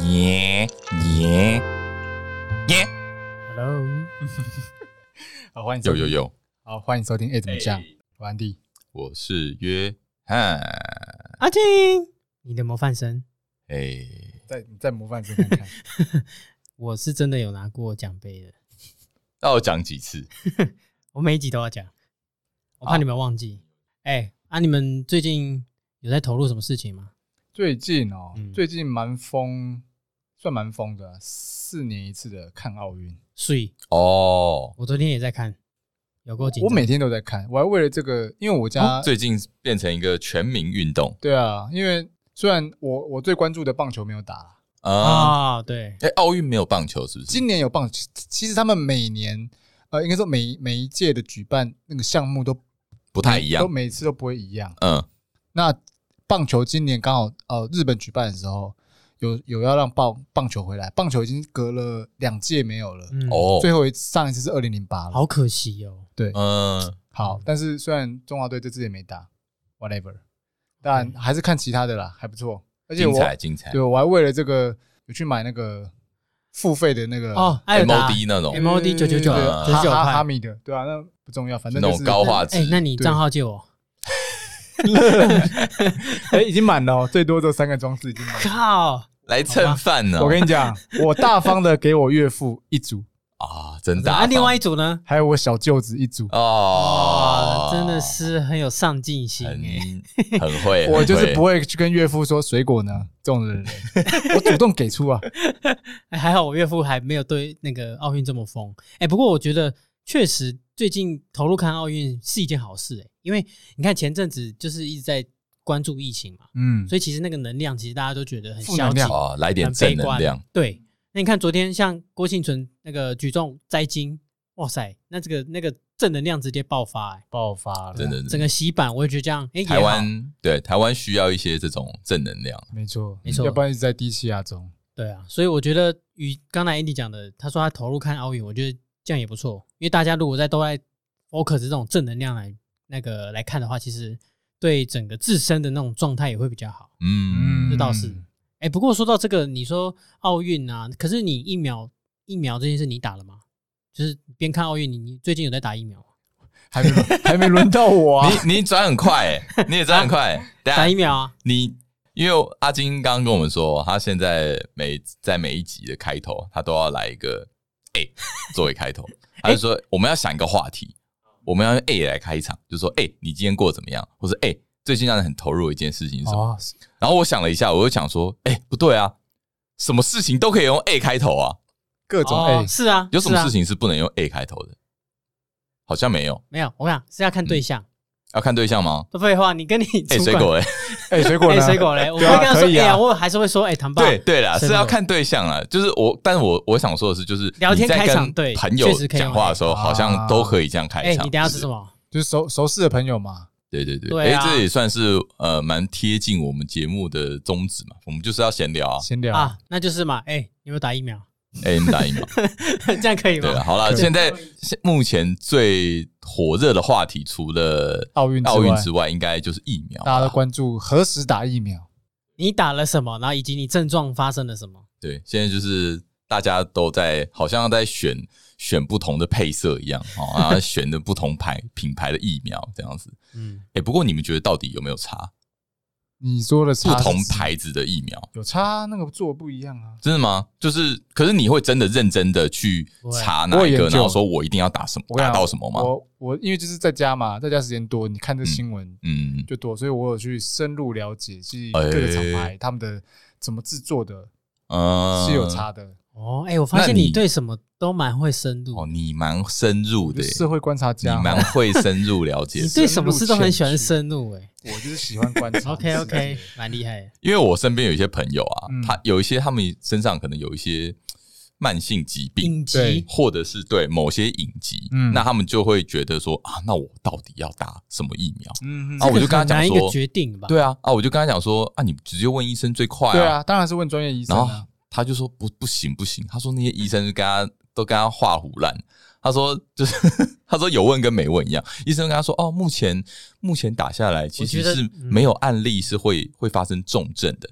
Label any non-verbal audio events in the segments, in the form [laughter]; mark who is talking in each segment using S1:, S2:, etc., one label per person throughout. S1: 耶耶耶！
S2: Hello，好，哦欢迎收
S1: 有
S2: 听
S1: 有，有，
S2: 好，欢迎收听。哎，怎么讲？我安迪，
S1: 我是约翰。
S3: 阿金，你的模范生，
S1: 哎，
S2: 再你再模范生看看。
S3: 我是真的有拿过奖杯的，
S1: 要讲几次？
S3: 我每一集都要讲，我怕你们忘记。哎、啊，你们最近有在投入什么事情吗？
S2: 最近哦，
S3: 嗯
S2: 最近蛮疯，算蛮疯的啊，四年一次的看奥运，
S3: 睡，
S1: 哦，
S3: 我昨天也在看，有够紧
S2: 我
S3: 张。
S2: 每天都在看，我还为了这个，因为我家
S1: 哦最近变成一个全民运动
S2: 对啊，因为虽然我我最关注的棒球没有打，
S1: 啊！
S3: 啊、对，
S1: 哎，奥运没有棒球是不是？
S2: 今年有棒，其其实他们每年呃，应该说每每一届的举办那个项目都
S1: 不太一样
S2: 都。每次都不会一样。
S1: 嗯，
S2: 那棒球今年刚好呃日本举办的时候，有有要让棒棒球回来，棒球已经隔了两届没有了，
S3: 嗯，
S1: 哦，
S2: 最后一上一次是二零零八了。
S3: 好可惜哦。
S1: 嗯，
S2: 好，但是虽然中华队这次也没打，whatever，但还是看其他的啦，还不错。而且
S1: 精
S2: 我
S1: 彩精彩
S2: 对我还为了这个有去买那个付费的那个
S3: 哦，艾尔达
S1: ，MOD 那种
S2: 对
S3: 嗯 MOD 999
S2: 对
S1: 嗯
S2: 哈
S3: 99
S2: 哈
S3: 块
S2: 哈米的，对啊，那不重要，反正
S1: 那
S2: 就
S1: 种
S2: 是
S1: 高画质
S3: 哎、，那你
S2: 对
S3: 账号借我？
S2: [laughs] 哎已经满了哦，最多就三个装饰
S1: [laughs]
S2: 已经满了。
S3: 靠，
S1: 来蹭饭呢
S2: 我跟你讲，我大方的给我岳父一组，
S1: 啊，真
S3: 那、
S1: 大方。
S3: 另外一组呢？
S2: 还有我小舅子一组。
S1: 哦
S3: 哇，，真的是很有上进心哎、
S1: 很很
S2: [laughs]
S1: 会，
S2: 我就是不
S1: 会
S2: 会去跟岳父说水果呢这
S1: [laughs]
S2: 种人，我主动给出啊。
S3: 哎还好我岳父还没有对那个奥运这么疯。哎、不过我觉得确实最近投入看奥运是一件好事哎、因为你看前阵子就是一直在关注疫情嘛，
S2: 嗯，
S3: 所以其实那个能量其实大家都觉得很
S2: 负
S3: 消
S2: 能
S3: 极
S2: 量，
S1: 哦，来点
S3: 很悲
S1: 正能
S3: 观
S1: 量。。
S3: 对，那你看昨天像郭幸存那个举重摘金，哇塞，那这个那个正能量直接爆发哎、
S2: 爆发了，
S1: 真的，
S3: 整个洗版我也觉得这样哎、也
S1: 台
S3: 好
S1: 湾对台湾需要一些这种正能量。
S2: 没错
S3: 没错
S2: 要不然一直在低气压中。
S3: 对啊，所以我觉得与刚才 Andy 讲的，他说他投入看奥运，我觉得这样也不错，因为大家如果在都在 focus 这种正能量来那个来看的话，其实对整个自身的那种状态也会比较好。
S1: 嗯，
S3: 这倒是哎，不过说到这个，你说奥运啊，可是你疫苗疫苗这件事你打了吗？就是边看奥运，你你最近有在打疫苗吗？
S2: 还没轮还没轮到我啊。
S1: [laughs] 你你转很快欸，你也转很快欸。等
S3: 打疫
S1: 下
S3: 苗啊？
S1: 你，因为阿金刚刚跟我们说，他现在每在每一集的开头，他都要来一个 A 作为开头，他就说我们要想一个话题，我们要用 A 来开场，就说哎、你今天过得怎么样？或者哎、最近让人很投入的一件事情是什么？
S2: 哦，
S1: 然后我想了一下，我就想说，哎、不对啊，什么事情都可以用 A 开头啊，
S2: 各种
S3: 哦
S2: A，
S3: 是啊，
S1: 哎有什么
S3: 是啊
S1: 事？情是不能用 A 开头的？好像没有，
S3: 没有，我想是要看对象。
S1: 要看对象吗？
S3: 不废话，你跟你
S1: 嗯哎、
S3: 主
S1: 水
S3: 管
S1: 果哎、
S2: 哎，水果
S3: 哎
S2: 呢？
S3: 水果
S1: [laughs]
S3: 嘞，我
S2: 对
S3: 会
S2: 啊
S3: 跟他说
S2: 可以
S3: 哎
S2: 啊
S3: 呀，我还是会说哎，唐爸
S1: 对对啦，是
S3: 水果
S1: 要看对象啦。就是我，但我我想说的是，就是
S3: 聊天
S1: 你在
S3: 开场
S1: 跟
S3: 对
S1: 朋友
S3: 确实可以用
S1: 讲话的时候，
S2: A
S1: 好像都可以这样开
S3: 哎，
S1: 场。
S3: 你等一下
S1: 就是
S3: 什么？
S2: 就是熟熟识的朋友嘛。
S1: 对对对，
S3: 对
S1: 哎、
S3: 啊
S1: 这也算是呃蛮贴近我们节目的宗旨嘛。我们就是要闲聊啊，
S2: 闲聊
S3: 啊，那就是嘛，哎、你有没有打疫苗？ [laughs]
S1: 哎、你打疫苗，
S3: 这样可以
S1: 对啊
S3: 吗？
S1: 了，好了，
S2: 对
S1: 现在现目前最火热的话题，除了
S2: 奥运
S1: 奥运
S2: 外
S1: 之外，应该就是疫苗吧，
S3: 啊
S2: 大家都关注何时打疫苗。
S3: 你打了什么？然后以及你症状发生了什么？
S1: 对，现在就是大家都在好像在选选不同的配色一样哦，然后选的不同牌品牌的疫苗这样子。
S3: 嗯，
S1: 哎、不过你们觉得到底有没有差？
S2: 你说的
S1: 不
S2: 差是
S1: 同
S2: 指
S1: 牌子的疫苗
S2: 有差啊，那个做不一样啊。
S1: 真的吗？就是，可是你会真的认真的去
S3: 对
S1: 查
S2: 我
S1: 哪
S2: 有
S1: 一个，
S2: 研究
S1: 然后说我一定要打什么，
S2: 我跟你
S1: 打
S2: 讲
S1: 到什么吗？
S2: 我我因为就是在家嘛，在家时间多，你看这新闻
S1: 嗯，
S2: 就多，所以我有去深入了解，是
S1: 哎
S2: 各个厂牌他们的怎么制作的，
S1: 呃
S2: 是有差的。
S3: 哦，哎、我发
S1: 那
S3: 现
S1: 你
S3: 你对什么都蛮会深入，
S1: 哦，你蛮深入
S2: 我
S1: 的
S2: 就啊
S1: 耶，
S2: 社会观察
S1: 你
S2: 家，
S1: 蛮会深入
S2: [laughs]
S1: 了解
S3: 你
S1: 的，
S3: 对什么事都很喜欢深入、哎
S2: 我就是喜欢观
S3: [laughs]
S2: 察。
S3: ，OK
S1: 哦
S3: OK，蛮厉害的。
S1: 因为我身边有一些朋友啊，
S2: 嗯
S1: 他有一些他们身上可能有一些慢性疾病，
S3: 影
S2: 对
S3: 集
S1: 或者是对某些隐疾，
S2: 嗯
S1: 那他们就会觉得说啊，那我到底要打什么疫苗？
S2: 嗯，
S1: 啊我就跟他
S3: 很难
S1: 讲
S3: 一
S1: 说
S3: 个决定吧。
S1: 对啊，啊，我就跟他讲说啊，你直接问医生最快
S2: 对啊，当然是问专业医生
S1: 然后
S2: 啊。
S1: 他就说不不行不行，他说那些医生跟他都跟他画胡乱，他说就是 [laughs] 他说有问跟没问一样，医生跟他说哦，目前目前打下来其
S3: 我
S1: 实
S3: 觉得
S1: 是
S3: 嗯
S1: 没有案例是会会发生重症的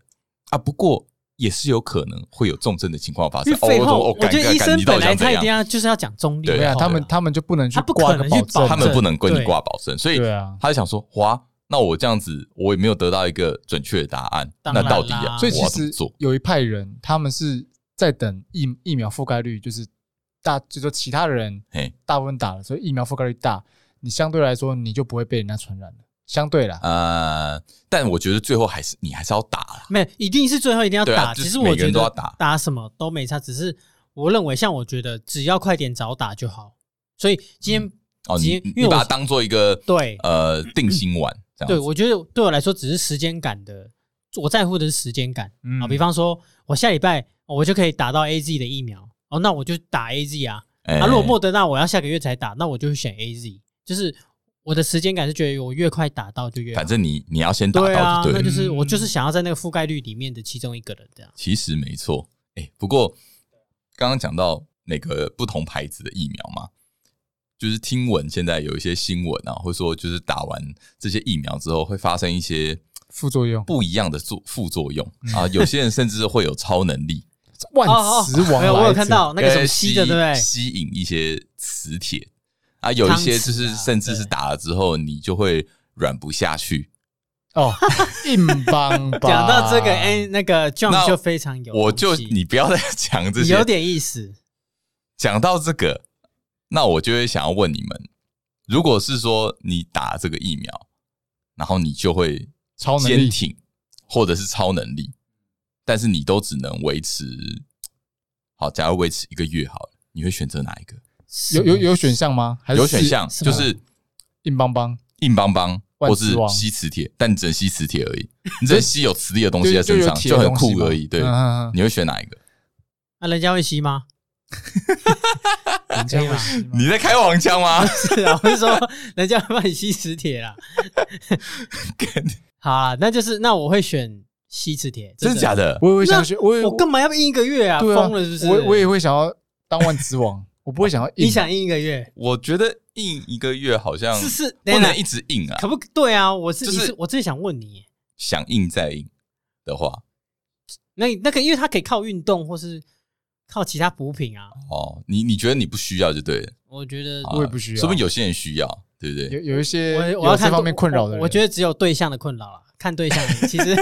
S1: 啊，不过也是有可能会有重症的情况发
S3: 因
S1: 生。
S3: 为
S1: 哦，
S3: 废
S1: 我
S3: 话，
S1: 说哦，
S3: 我
S1: 干
S3: 觉得
S1: 干
S3: 医
S1: 干
S3: 生
S1: 你到
S3: 本
S1: 底
S3: 来
S1: 想怎
S3: 他一定
S1: 样？
S3: 要就是要讲中立，
S1: 对
S2: 对啊，
S3: 好
S2: 他们
S3: 的
S2: 他们就不能去
S3: 他不
S2: 挂
S3: 可
S2: 个
S3: 能
S2: 保
S3: 去
S2: 证，
S1: 哦他们不能跟你挂保证，所以
S2: 对啊
S1: 他就想说，哇，那我这样子，我也没有得到一个准确的答案，
S3: 当
S1: 那
S3: 然啦
S1: 到底啊，
S2: 所以
S1: 我
S2: 其
S1: 要怎么
S2: 实
S1: 做？
S2: 有一派人，他们是在等疫疫苗覆盖率，就是大，就说其他人
S1: 嘿
S2: 大部分打了，所以疫苗覆盖率大，你相对来说你就不会被人家传染了。相对啦，
S1: 呃，但我觉得最后还是你还是要打啦，
S3: 没有，一定是最后一定要
S1: 对啊
S3: 打。
S1: 就
S3: 其
S1: 是
S3: 实
S1: 每
S3: 我
S1: 个
S3: 觉
S1: 人都要
S3: 得
S1: 打
S3: 打什么都没差，只是我认为，像我觉得只要快点早打就好。所以今天
S1: 哦，
S3: 其
S1: 你
S3: 实
S1: 你
S3: 因为
S1: 你
S3: 我
S1: 把它当做一个
S3: 对
S1: 呃定心丸这
S3: 对
S1: 样子，
S3: 我觉得对我来说只是时间感的，我在乎的是时间感
S2: 嗯
S3: 啊。比方说，我下礼拜哦我就可以打到 A Z 的疫苗哦，那我就打 A Z 啊。
S1: 哎
S3: 啊，如果莫德纳我要下个月才打，那我就会选 A Z。就是我的时间感是觉得我越快打到就越好
S1: 反正你你要先打
S3: 对啊
S1: 到，就对嗯
S3: 那
S1: 了。
S3: 就是我就是想要在那个覆盖率里面的其中一个人这样。
S1: 其实没错，哎、不过刚刚讲到那个不同牌子的疫苗嘛，就是听闻现在有一些新闻啊，会说就是打完这些疫苗之后会发生一些
S2: 副作用
S1: 不一样的作副作用啊，有些人甚至会有超能力，
S2: 万
S1: 嗯
S3: 哦哦
S2: 磁王
S3: 没有，
S2: 来
S3: 我有
S2: 者
S3: 看到那个什么吸
S1: 吸
S3: 的，对不对？
S1: 哎吸引一些磁铁啊，有一些就是
S3: 汤匙啊
S1: 甚至是
S3: 对
S1: 打了之后你就会软不下去，
S2: 哦， [laughs] 硬邦邦。
S3: 讲到这个，哎，那个 John
S1: 那
S3: 就非常有东西，
S1: 我就你不要再讲这
S3: 你
S1: 些
S3: 有点意思，
S1: 讲到这个，那我就会想要问你们：如果是说你打这个疫苗，然后你就会
S2: 超能
S1: 坚
S2: 力
S1: 挺，或者是超能力，但是你都只能维持，好，假如维持一个月好了，你会选择哪一个？
S2: 有有有选项吗？还是
S1: 有选项
S3: 是
S1: 就是
S2: 硬邦邦？
S1: 硬邦邦，
S2: 万
S1: 或
S2: 磁
S1: 是
S2: 王
S1: 吸磁铁，但你只能吸磁铁而已，你只能吸有磁力的东西在身上，
S2: 就
S1: 就
S2: 有铁的
S1: 很
S2: 东西
S1: 酷
S2: 嘛
S1: 而已。对
S2: 嗯，嗯嗯
S1: 你会选哪一个？
S3: 那啊人家会吸吗？哎
S2: 人家
S1: 哎
S2: 会吸吗
S1: 你在开黄腔
S2: [laughs]
S1: 吗？
S3: 是啊，我是说人家会帮你吸磁铁啦。好啊，那就是那我会选吸磁铁，
S1: 真的假？的？
S2: 我也会
S3: 那
S2: 想选，我也
S3: 我干嘛要硬一个月啊？
S2: 对啊
S3: 疯了是不是？
S2: 我我也会想要当万磁王， [laughs] 我不会想要硬
S3: 你想硬一个月，
S1: 我觉得硬一个月好像
S2: 嗯
S3: 是是，
S1: 不
S3: 等
S1: 能
S3: 等
S1: 一直硬啊，
S3: 可不对啊？我是
S1: 就
S3: 你
S1: 是
S3: 是我真的想问你，
S1: 想硬再硬的话，
S3: 那那个因为它可以靠运动或是靠其他补品啊，
S1: 哦，你你觉得你不需要就对了，
S3: 我觉得
S1: 好啊
S2: 我也不需要
S1: 说不定有些人需要，对不对？哦
S2: 有有一些
S3: 我我要
S2: 有这
S3: 看
S2: 方面困扰的人，
S3: 我，我觉得只有对象的困扰了。看对象而已，其
S2: [laughs]
S3: 实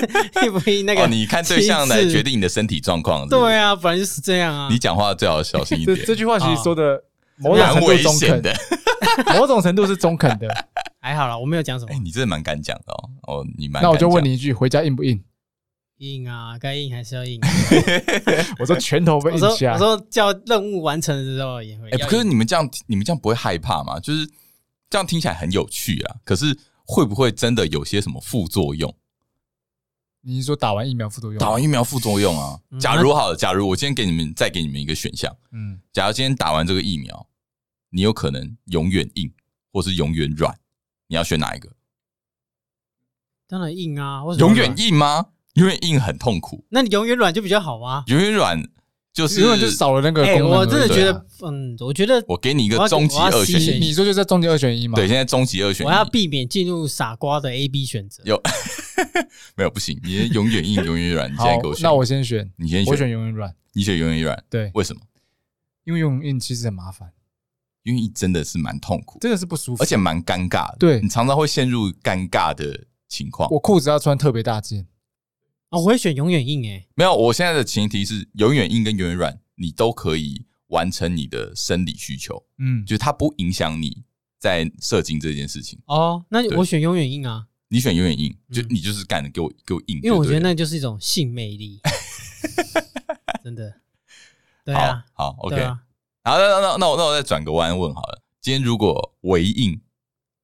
S3: 一不一那个、
S1: 哦，你看对象来决定你的身体状况，
S3: 对
S1: 啊，
S3: 啊，本来就是这样啊。
S1: 你讲话最好小心一
S2: 这
S1: 点，
S2: 这句话其实说的某种
S1: 蛮
S2: 程度
S1: 危
S2: 中
S1: 险 [laughs]
S2: 肯
S1: 的。，
S2: 某种程度是中肯的。
S3: 还好啦，我没有讲什么
S1: 哎，你真的蛮敢讲的哦，哦，你蛮敢讲。
S2: 那我就问你一句，回家硬不硬？
S3: 硬啊，该硬还是要硬。
S1: [laughs]
S2: 我说拳头被
S3: 我
S2: 硬
S3: 说
S2: 下
S3: 我，说叫任务完成的时候也会
S1: 哎，
S3: 要
S1: 可是
S3: 硬
S1: 你们这样，你们这样不会害怕吗？就是这样听起来很有趣啊，可是会不会真的有些什么副作用？
S2: 你是说打完疫苗副作用？
S1: 打完疫苗副作用啊？
S3: 嗯
S1: 假如好了，假如我今天给你们再给你们一个选项。
S2: 嗯，
S1: 假如今天打完这个疫苗，你有可能永远硬，或是永远软，你要选哪一个？
S3: 当然硬啊，为什么
S1: 永
S3: 软
S1: 远？硬吗？永远硬很痛苦，
S3: 那你永远软就比较好啊。
S1: 永远软就是
S2: 因为就少了那个
S3: 哎、
S2: 功能而已啊。
S3: 我真的觉得，嗯，我觉得
S1: 我给你一个终极二选
S3: 我要
S2: 你
S1: 一
S2: 你，说就在中间二选一嘛？
S1: 对，现在终极二选一，
S3: 我要避免进入傻瓜的 A B 选择。
S1: 有 [laughs] 没有不行？你永远硬，永远软，你现
S2: 好
S1: 在给我，选，
S2: 那我先选，
S1: 你先
S2: 我
S1: 选，
S2: 选永远软。
S1: 你选永远软，
S2: 对，
S1: 为什么？
S2: 因为永远硬其实很麻烦，
S1: 因为真的是蛮痛苦，
S2: 真的是不舒服。
S1: 而且蛮尴尬的，
S2: 对
S1: 你常常会陷入尴尬的情况。
S2: 我裤子要穿特别大件，
S3: 哦，我会选永远硬哎诶、
S1: 没有，我现在的前提是永远硬跟永远软，你都可以完成你的生理需求，
S2: 嗯，
S1: 就是它不影响你在射精这件事情。
S3: 哦，那
S1: 对
S3: 我选永远硬啊，
S1: 你选永远硬，就
S3: 嗯
S1: 你就是干给我给我硬就对了，
S3: 因为我觉得那就是一种性
S1: [laughs]
S3: 魅力，真的。对啊，
S1: 好好 OK，
S3: 对啊，
S1: 好那那那那我那我再转个弯问好了，今天如果微硬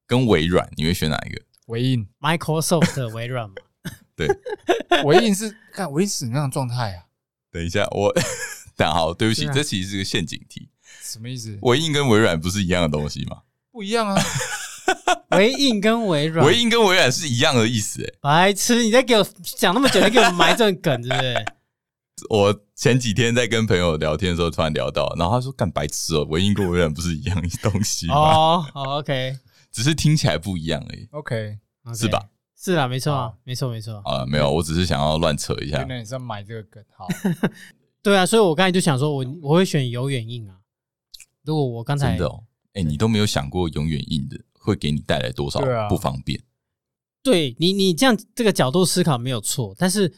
S1: 跟微软，你会选哪一个？
S2: 围硬，
S3: Microsoft 的微软嘛，
S2: 围硬是 [laughs] 看围硬是什么样的状态啊？
S1: 等一下我。 [laughs] 但好，对不起，
S3: 对啊
S1: 这其实是个陷阱题。
S2: 什么意思？
S1: 微硬跟微软不是一样的东西吗？
S2: 不一样啊，
S3: 微硬跟微
S1: [laughs]
S3: 软，
S1: 微硬跟微软是一样的意思、欸。
S3: 白痴，你在给我讲那么久，你给我埋这种梗，是
S1: [laughs]
S3: 不是？
S1: 我前几天在跟朋友聊天的时候，突然聊到，然后他说：“干白痴哦、微音跟微软不是一样的东西吗？
S3: 哦，好，OK，
S1: 只是听起来不一样而已。 [laughs]
S2: OK，
S1: 是吧？
S3: 是啦，没错啊
S2: 好，
S3: 没错没错。
S1: 啊、没有，我只是想要乱扯一下
S2: 原。来你是要买这个梗，好，
S3: 对啊，所以我刚才就想说我我会选有远印啊。如果我刚才
S1: 真的哦，哎、你都没有想过永远硬的会给你带来多少
S2: 对啊
S1: 不方便？
S3: 对你，你这样这个角度思考没有错，但是，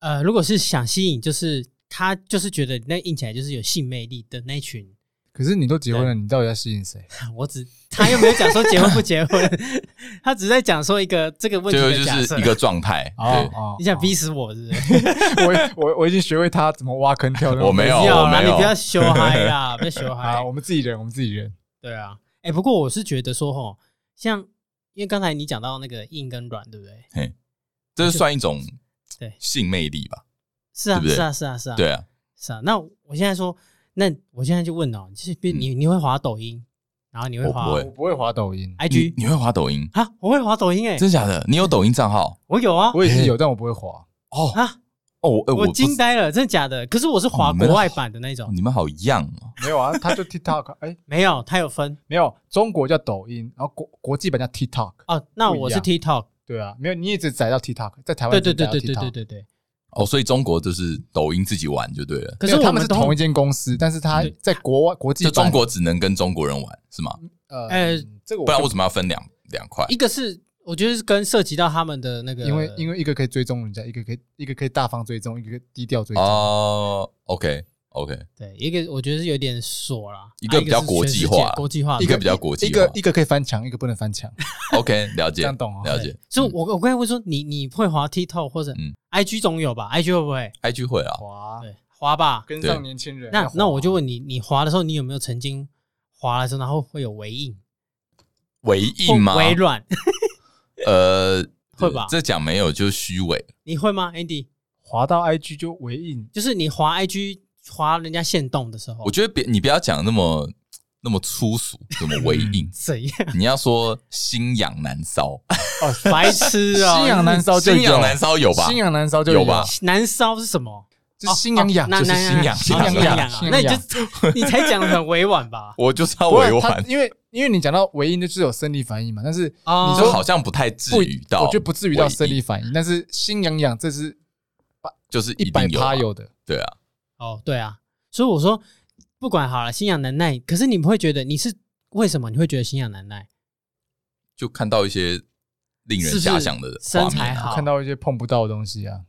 S3: 呃，如果是想吸引，就是他就是觉得那硬起来就是有性魅力的那一群， [laughs]
S2: 可是你都结婚了，你到底要吸引谁？
S3: 我只他又没有讲说结婚不结婚， [laughs] 他只是在讲说一个这个问
S1: 这个
S3: 题的
S1: 就
S3: 假设
S1: 是一。个状态。对，
S2: 哦
S3: 你想逼死我是不
S1: [laughs]
S3: 是？
S2: 我我我已经学会他怎么挖坑跳了。
S1: 哦我没有
S3: 不要啦，
S1: 没有
S3: 你不要羞嗨啦，不要羞
S2: 啊，
S3: 嗨。
S2: 我们自己人，我们自己人。
S3: 对啊，哎、不过我是觉得说吼，像因为刚才你讲到那个硬跟软，对不对？
S1: 这是算一种
S3: 对
S1: 性魅力吧？
S3: 是啊，
S1: 对不对
S3: 是啊，是啊，是啊，
S1: 对啊，
S3: 是啊，那我现在说，那我现在就问哦，就是比如你你会滑抖音，然后你会滑
S1: 我不会
S2: 嗯我不会滑抖音，
S1: 你
S3: IG
S1: 你会滑抖音？
S3: 啊？我会滑抖音哎、
S1: 真假的？你有抖音账号？
S3: 我有啊，
S2: 我也呃是有，但我不会滑。
S1: 哦
S3: 啊，
S1: 哦，我哎我
S3: 我
S1: 不
S3: 惊
S1: 知
S3: 呆了，真的假的？可是我是
S1: 哦
S2: 嗯
S3: 滑
S1: 你们
S3: 国外版的那
S1: 哦
S3: 种，
S1: 你们好样哦！
S2: 没有啊，他就 TikTok，哎，
S3: 没有，它有分
S2: 没有，中国叫抖音，然后国国际版叫 TikTok。
S3: 哦。那
S2: 不一
S3: 我是
S2: 样
S3: TikTok，
S2: 对啊，没有，你也只载到 TikTok，在台湾
S3: 对
S2: 只
S3: 对
S2: 载
S3: 对对
S2: 到
S3: 对
S2: TikTok
S3: 对对对。
S1: 哦，所以中国就是抖音自己玩就对了，
S3: 可是
S2: 没有
S3: 我
S2: 他们是
S3: 们都
S2: 同一间公司，但是他
S3: 对
S2: 在国外国际
S1: 就
S2: 版
S1: 中国只能跟中国人玩是吗？
S2: 呃
S3: 呃
S2: 这个
S1: 不然
S2: 就
S1: 为什么要分两两块？
S3: 一个是我觉得是跟涉及到他们的那个，
S2: 因为因为一个可以追踪人家，一个可以一个可以大方追踪，一个可以低调追踪。
S1: 哦，OK OK，
S2: [laughs]
S3: 对一个我觉得是有点锁啦，
S1: 一个
S3: 啊
S1: 比较
S3: 是
S1: 国
S3: 全
S1: 际
S3: 世界
S1: 化
S3: 国际化的
S1: 一个比较国际
S2: 一个
S1: 化
S2: 一个可以翻墙，一个不能翻墙。
S1: OK，了解，
S2: [laughs] 这样懂哦
S1: 了解。
S3: 所以我我刚才会说你你会滑 TikTok 或者
S1: 嗯
S3: IG 总有吧？IG 会不会？
S1: IG 会啊，
S2: 滑
S3: 对，滑吧。
S2: 跟
S1: 对啊
S2: 上年轻人。要
S3: 那
S2: 滑
S3: 那我就问你，你滑的时候，你有没有曾经滑的时候，然后会有微硬、
S1: 微硬吗？
S3: 微软？ [laughs]
S1: 呃，
S3: 会吧
S1: 这讲没有就虚伪，
S3: 你会吗，Andy？
S2: 滑到 IG 就回应，
S3: 就是你滑 IG 滑人家线动的时
S2: 哦
S3: 候，
S1: 我，觉得别你不要讲那么那么粗俗，那么微硬 [laughs]
S3: 怎样？
S2: 嗯
S1: 你要说心痒难搔，
S3: 白
S1: [laughs]
S3: 痴啊！
S2: 心痒难搔就有
S1: 心痒哦难啊搔有吧？
S2: 心痒难搔就
S1: 有吧
S3: 难烧是什么？
S2: 就是心痒痒，
S3: 哦
S2: 就是
S3: 那
S1: 心痒
S3: 那那
S1: 心
S3: 那
S1: 痒
S3: 那
S2: 心
S3: 那
S2: 痒
S3: 你就你才讲的很委
S1: [laughs]
S3: 婉吧？
S1: 我就是要
S2: 不
S1: 委
S2: 然他
S1: 婉，
S2: 因为因为你讲到回应就是有生理反应嘛，但是
S3: 哦
S2: 你
S1: 就
S2: 说
S1: 好像不太至
S2: 不
S1: 于到，
S2: 我觉得不至于到生
S1: 生
S2: 理
S1: 理，
S2: 反应，但是心痒痒这是
S1: 就是
S2: 一
S1: 定
S2: 百趴
S1: 吧
S2: 有的。
S1: 对啊，
S3: 哦，对啊，所以我说不管好了，心痒难耐。可是你们会觉得你是为什么？你会觉得心痒难耐？
S1: 就看到一些令
S3: 是
S1: 人
S3: 不是
S1: 遐想的
S3: 身
S1: 画面
S3: 材
S1: 啊。
S3: 好？
S2: 看到一些碰不到的东西啊，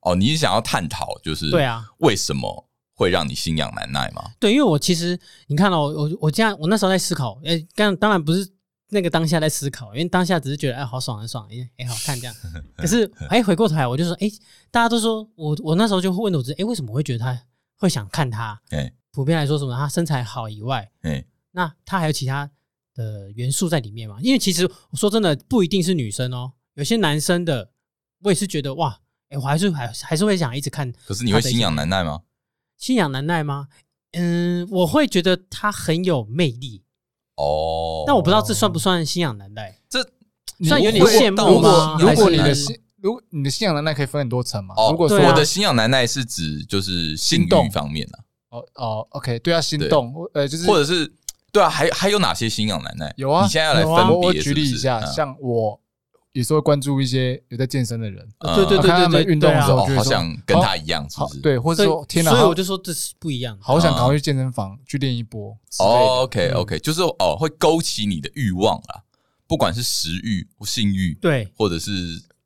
S1: 哦，你是想要探讨就是
S3: 对啊，
S1: 为什么会让你心痒难耐吗？
S3: 对，因为我其实你看哦，我我这样，我那时候在思考，哎、刚当然不是那个当下在思考，因为当下只是觉得哎好爽很爽，哎、哎好看这样。可是哎、回过头来我就说，哎、大家都说我我那时候就问我自己，哎、为什么会觉得他会想看他？
S1: 哎
S3: 普遍来说什么？他身材好以外，
S1: 哎，
S3: 那他还有其他的元素在里面嘛？因为其实我说真的，不一定是女生哦，有些男生的，我也是觉得哇，哎、我还是还还是会想一直看
S1: 可是你会
S3: 他的一
S1: 心
S3: 些
S1: 痒难耐吗？
S3: 心痒难耐吗？嗯，我会觉得他很有魅力，
S1: 哦，
S3: 但我不知道这算不算心痒难耐。
S1: 这
S3: 算有点
S1: 如果
S3: 羡
S1: 但我
S3: 慕吗？
S2: 如
S3: 还
S2: 果
S3: 是
S2: 你的
S1: 还
S2: 心，如果你的信仰能耐可以分很多层嘛。
S1: 哦
S2: 如果说
S3: 对啊
S1: 我的心痒难耐是指就是性
S2: 心动
S1: 欲方面啊，
S2: 哦哦，OK，对啊，心
S1: 对
S2: 动，或呃，就是
S1: 或者是对啊，还还有哪些心痒难耐？
S2: 有啊，
S1: 你现在要来
S2: 有啊我
S1: 分
S2: 我
S1: 别
S2: 举
S1: 是不
S2: 例
S1: 是，
S2: 一下，
S1: 嗯
S2: 像我有时候会关注一些有在健身的人，
S1: 嗯
S3: 对对
S2: 啊我看
S3: 对对
S2: 他们
S3: 对，
S2: 运动的时候
S1: 哦
S2: 我觉得
S1: 好
S2: 说
S1: 像跟
S2: 好
S1: 他一样，是
S2: 好
S1: 不是？
S2: 对，或者
S3: 对
S2: 说天哪，
S3: 所以
S2: 好
S3: 我就说这是不一样的。
S2: 好想
S1: 嗯
S2: 赶快去健身房去练一波之类的。
S1: 哦，OK
S2: 嗯
S1: OK，就是哦，会勾起你的欲望啦，不管是食欲、性欲，
S3: 对，
S1: 或者是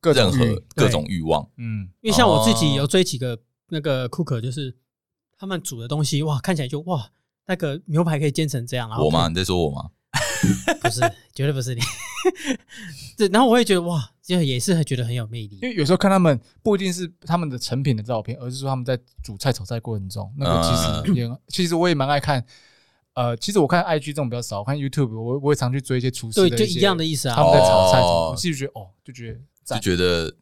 S2: 各种
S1: 任何
S2: 欲对
S1: 各种欲望。
S2: 嗯，
S3: 因为像我自己
S1: 哦
S3: 有追几个那个 cooker，就是他们煮的东西，哇，看起来就哇，那个牛排可以煎成这
S2: 啊
S3: 样，然后
S1: 我吗？你在说我吗？
S3: 不是，绝对不是你。 [laughs] 对，然后我会觉得哇，就也是觉得很有魅力
S2: 因。为有时候看他们不一定是他们的成品的照片，而是说他们在煮菜炒菜过程中，那
S1: 啊
S2: 个其实也、其实我也蛮爱看。呃，其实我看 IG 这种比较少，我看 YouTube 我我也常去追一些厨师
S3: 对，
S2: 的
S3: 就
S2: 些
S3: 一样的意思
S2: 他
S3: 啊。
S2: 们在炒菜什
S1: 哦
S2: 么，我是觉得哦，就觉得
S1: 就
S2: 赞
S1: 觉得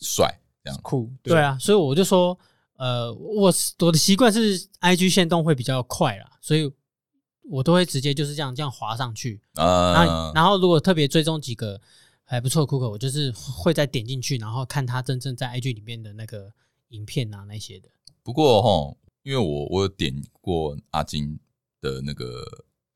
S1: 帅这样。
S2: 酷，
S3: 对，啊，所以我就说，呃，我是我的习惯是 IG 限动会比较快啦，所以我都会直接就是这样这样滑上去。然后
S1: 呃，
S3: 然后如果特别追踪几个还不错的 cooker，我就是会再点进去，然后看他真正在 IG 里面的那个影片啊那些的。
S1: 不过哈，因为我我有点过阿金的那个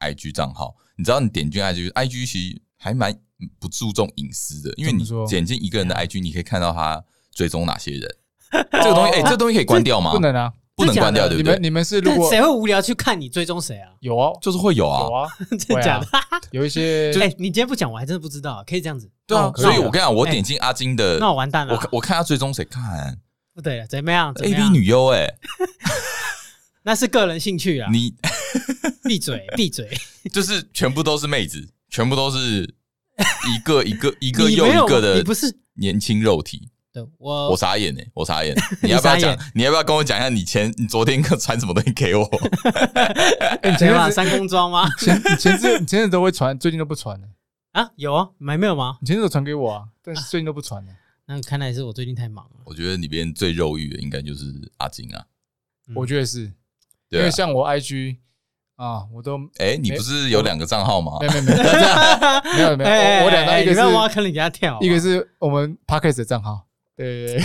S1: IG 账号，你知道你点进 IG，IG 其实还蛮不注重隐私的，因为
S2: 怎么
S1: 你
S2: 说哎
S1: 点进一个人的 IG，你可以看到他追踪哪些
S2: [laughs]
S1: 人。这个东西，哎，这个东西可以关掉吗？
S2: 哦不，能啊！
S1: 不能关掉，对
S2: 你
S1: 不
S2: 们
S1: 对？
S2: 你们是如
S3: 但
S2: 果
S3: 谁会无聊去看你追踪谁啊？ [laughs]
S2: 有啊
S1: 就是会有
S2: 有
S1: 啊，
S2: 啊，
S3: 真的假的？
S2: [laughs]
S3: [laughs]
S2: 有一些
S3: 哎，你今天不讲，我还真的不知道，可以这样子。
S1: 对
S2: 哦
S1: 啊。
S3: 那
S1: 所
S3: 我
S1: 以我跟你讲，我
S3: 哎
S1: 点进阿金的，
S3: 那我完蛋了
S1: 我。看我看他追踪谁看
S3: 不对了，怎么样？怎么
S1: A
S3: 样
S1: B 女优，哎，
S3: 那是个人兴趣啊！
S1: 你
S3: [laughs]
S1: [laughs]
S3: 闭嘴，闭嘴！
S1: 就是全部都是妹子，全部都是一
S3: [laughs]
S1: 个一个一
S3: 一
S1: 个又一个
S3: 你不
S1: 的
S3: 是
S1: 年轻肉体。
S3: 对我
S1: 我傻眼哎、我
S3: [laughs]
S1: 傻眼！你要不要
S3: 你傻
S1: 讲
S3: 眼？
S1: 你要不要跟我讲一下你前你昨天传什么东西给
S3: [laughs]
S1: 我？
S2: 哎，你
S3: 怎
S2: 前
S3: 么样？
S2: 阵子
S3: 三公装吗？
S2: 前你前阵你前阵子都会传，最近都不传了。
S3: 啊，有啊，没没有吗？
S2: 你前阵子传给我啊，但是最近都不传了。
S3: 那看来是我最近太忙了。
S1: 我觉得里边最肉欲的应该就是阿金啊。
S3: 嗯
S2: 我觉得是因
S1: 对
S2: 为
S1: 啊，
S2: 像我 IG 啊，我都没
S1: 哎、你不是有两个账号吗？
S2: 有没有没有没有没有，我我两
S3: [laughs]
S2: 张
S3: 哎
S2: 一个
S3: 你不
S2: 是
S3: 要挖坑人家跳，啊
S2: 一个是我们 Parkes 的账号，对对对，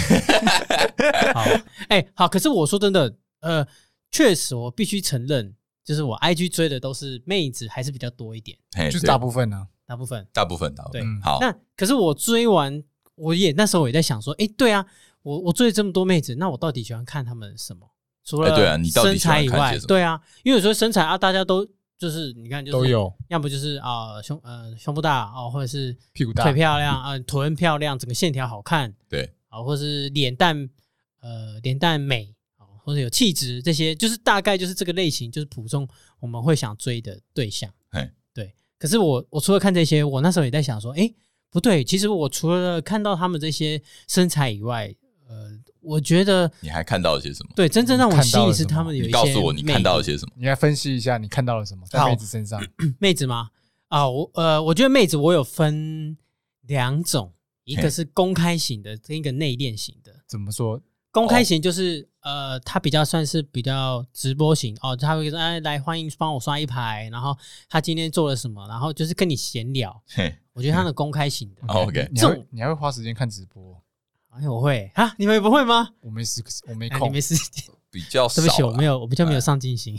S3: 好， [laughs] 哎，好。可是我说真的，呃，确实我必须承认，就是我 IG 追的都是妹子，还是比较多一点，
S1: 嘿
S2: 就是
S1: 对
S2: 大部分啊呢。
S3: 大部分。
S1: 大部分大部分。
S2: 嗯
S1: 好，
S3: 那可是我追完，我也那时候我也在想说，哎，对啊，我我追了这么多妹子，那我到底喜欢看她们什么？除了
S1: 哎对啊你到底
S3: 身
S1: 喜欢
S3: 材以
S1: 看
S3: 外
S1: 些什，么
S3: 对啊，因为有时候身材啊，大家都就是你看就是
S2: 都，有
S3: 要么就是啊、胸呃胸部大哦，或者是
S2: 屁股大
S3: 腿，漂亮啊、臀漂亮，整个线条好看
S1: 对，
S3: 啊、或是脸蛋呃脸蛋美啊、或者有气质，这些就是大概就是这个类型，就是普通我们会想追的对象
S1: 嘿。
S3: 对，可是我我除了看这些，我那时候也在想说，哎、不对，其实我除了看到他们这些身材以外，呃，我觉得
S1: 你还看到了些什么？
S3: 对真正让我
S2: 看
S3: 吸
S2: 到了
S3: 引是
S2: 什么
S3: 他们有
S1: 你
S3: 一些
S1: 告诉我你
S3: 魅
S1: 看到
S3: 力
S1: 了些什么？
S2: 你来分析一下你看到了什么在
S3: 好
S2: 妹子身上。
S3: 妹子吗？啊，我呃，我觉得妹子我有分两种，一个
S1: 嘿
S3: 是公开型的，跟一个内敛型的。
S2: 怎么说？
S3: 公开型就是、呃，她比较算是比较直播型哦，她会说哎来欢迎帮我刷一排，然后她今天做了什么，然后就是跟你闲聊。
S1: 嘿，
S3: 我觉得她的公开型的，
S1: 哦 OK
S2: 你
S3: 这
S2: 还会你还会花时间看直播？
S3: 哎、我会啊，你们不会吗？
S2: 我没时，我没
S3: 哎你
S2: 空
S3: 没。时间，
S1: 比较少啊
S3: [laughs] 对
S1: 啦。
S3: 不起，我没有，我比较没有
S1: 哎
S3: 上进心。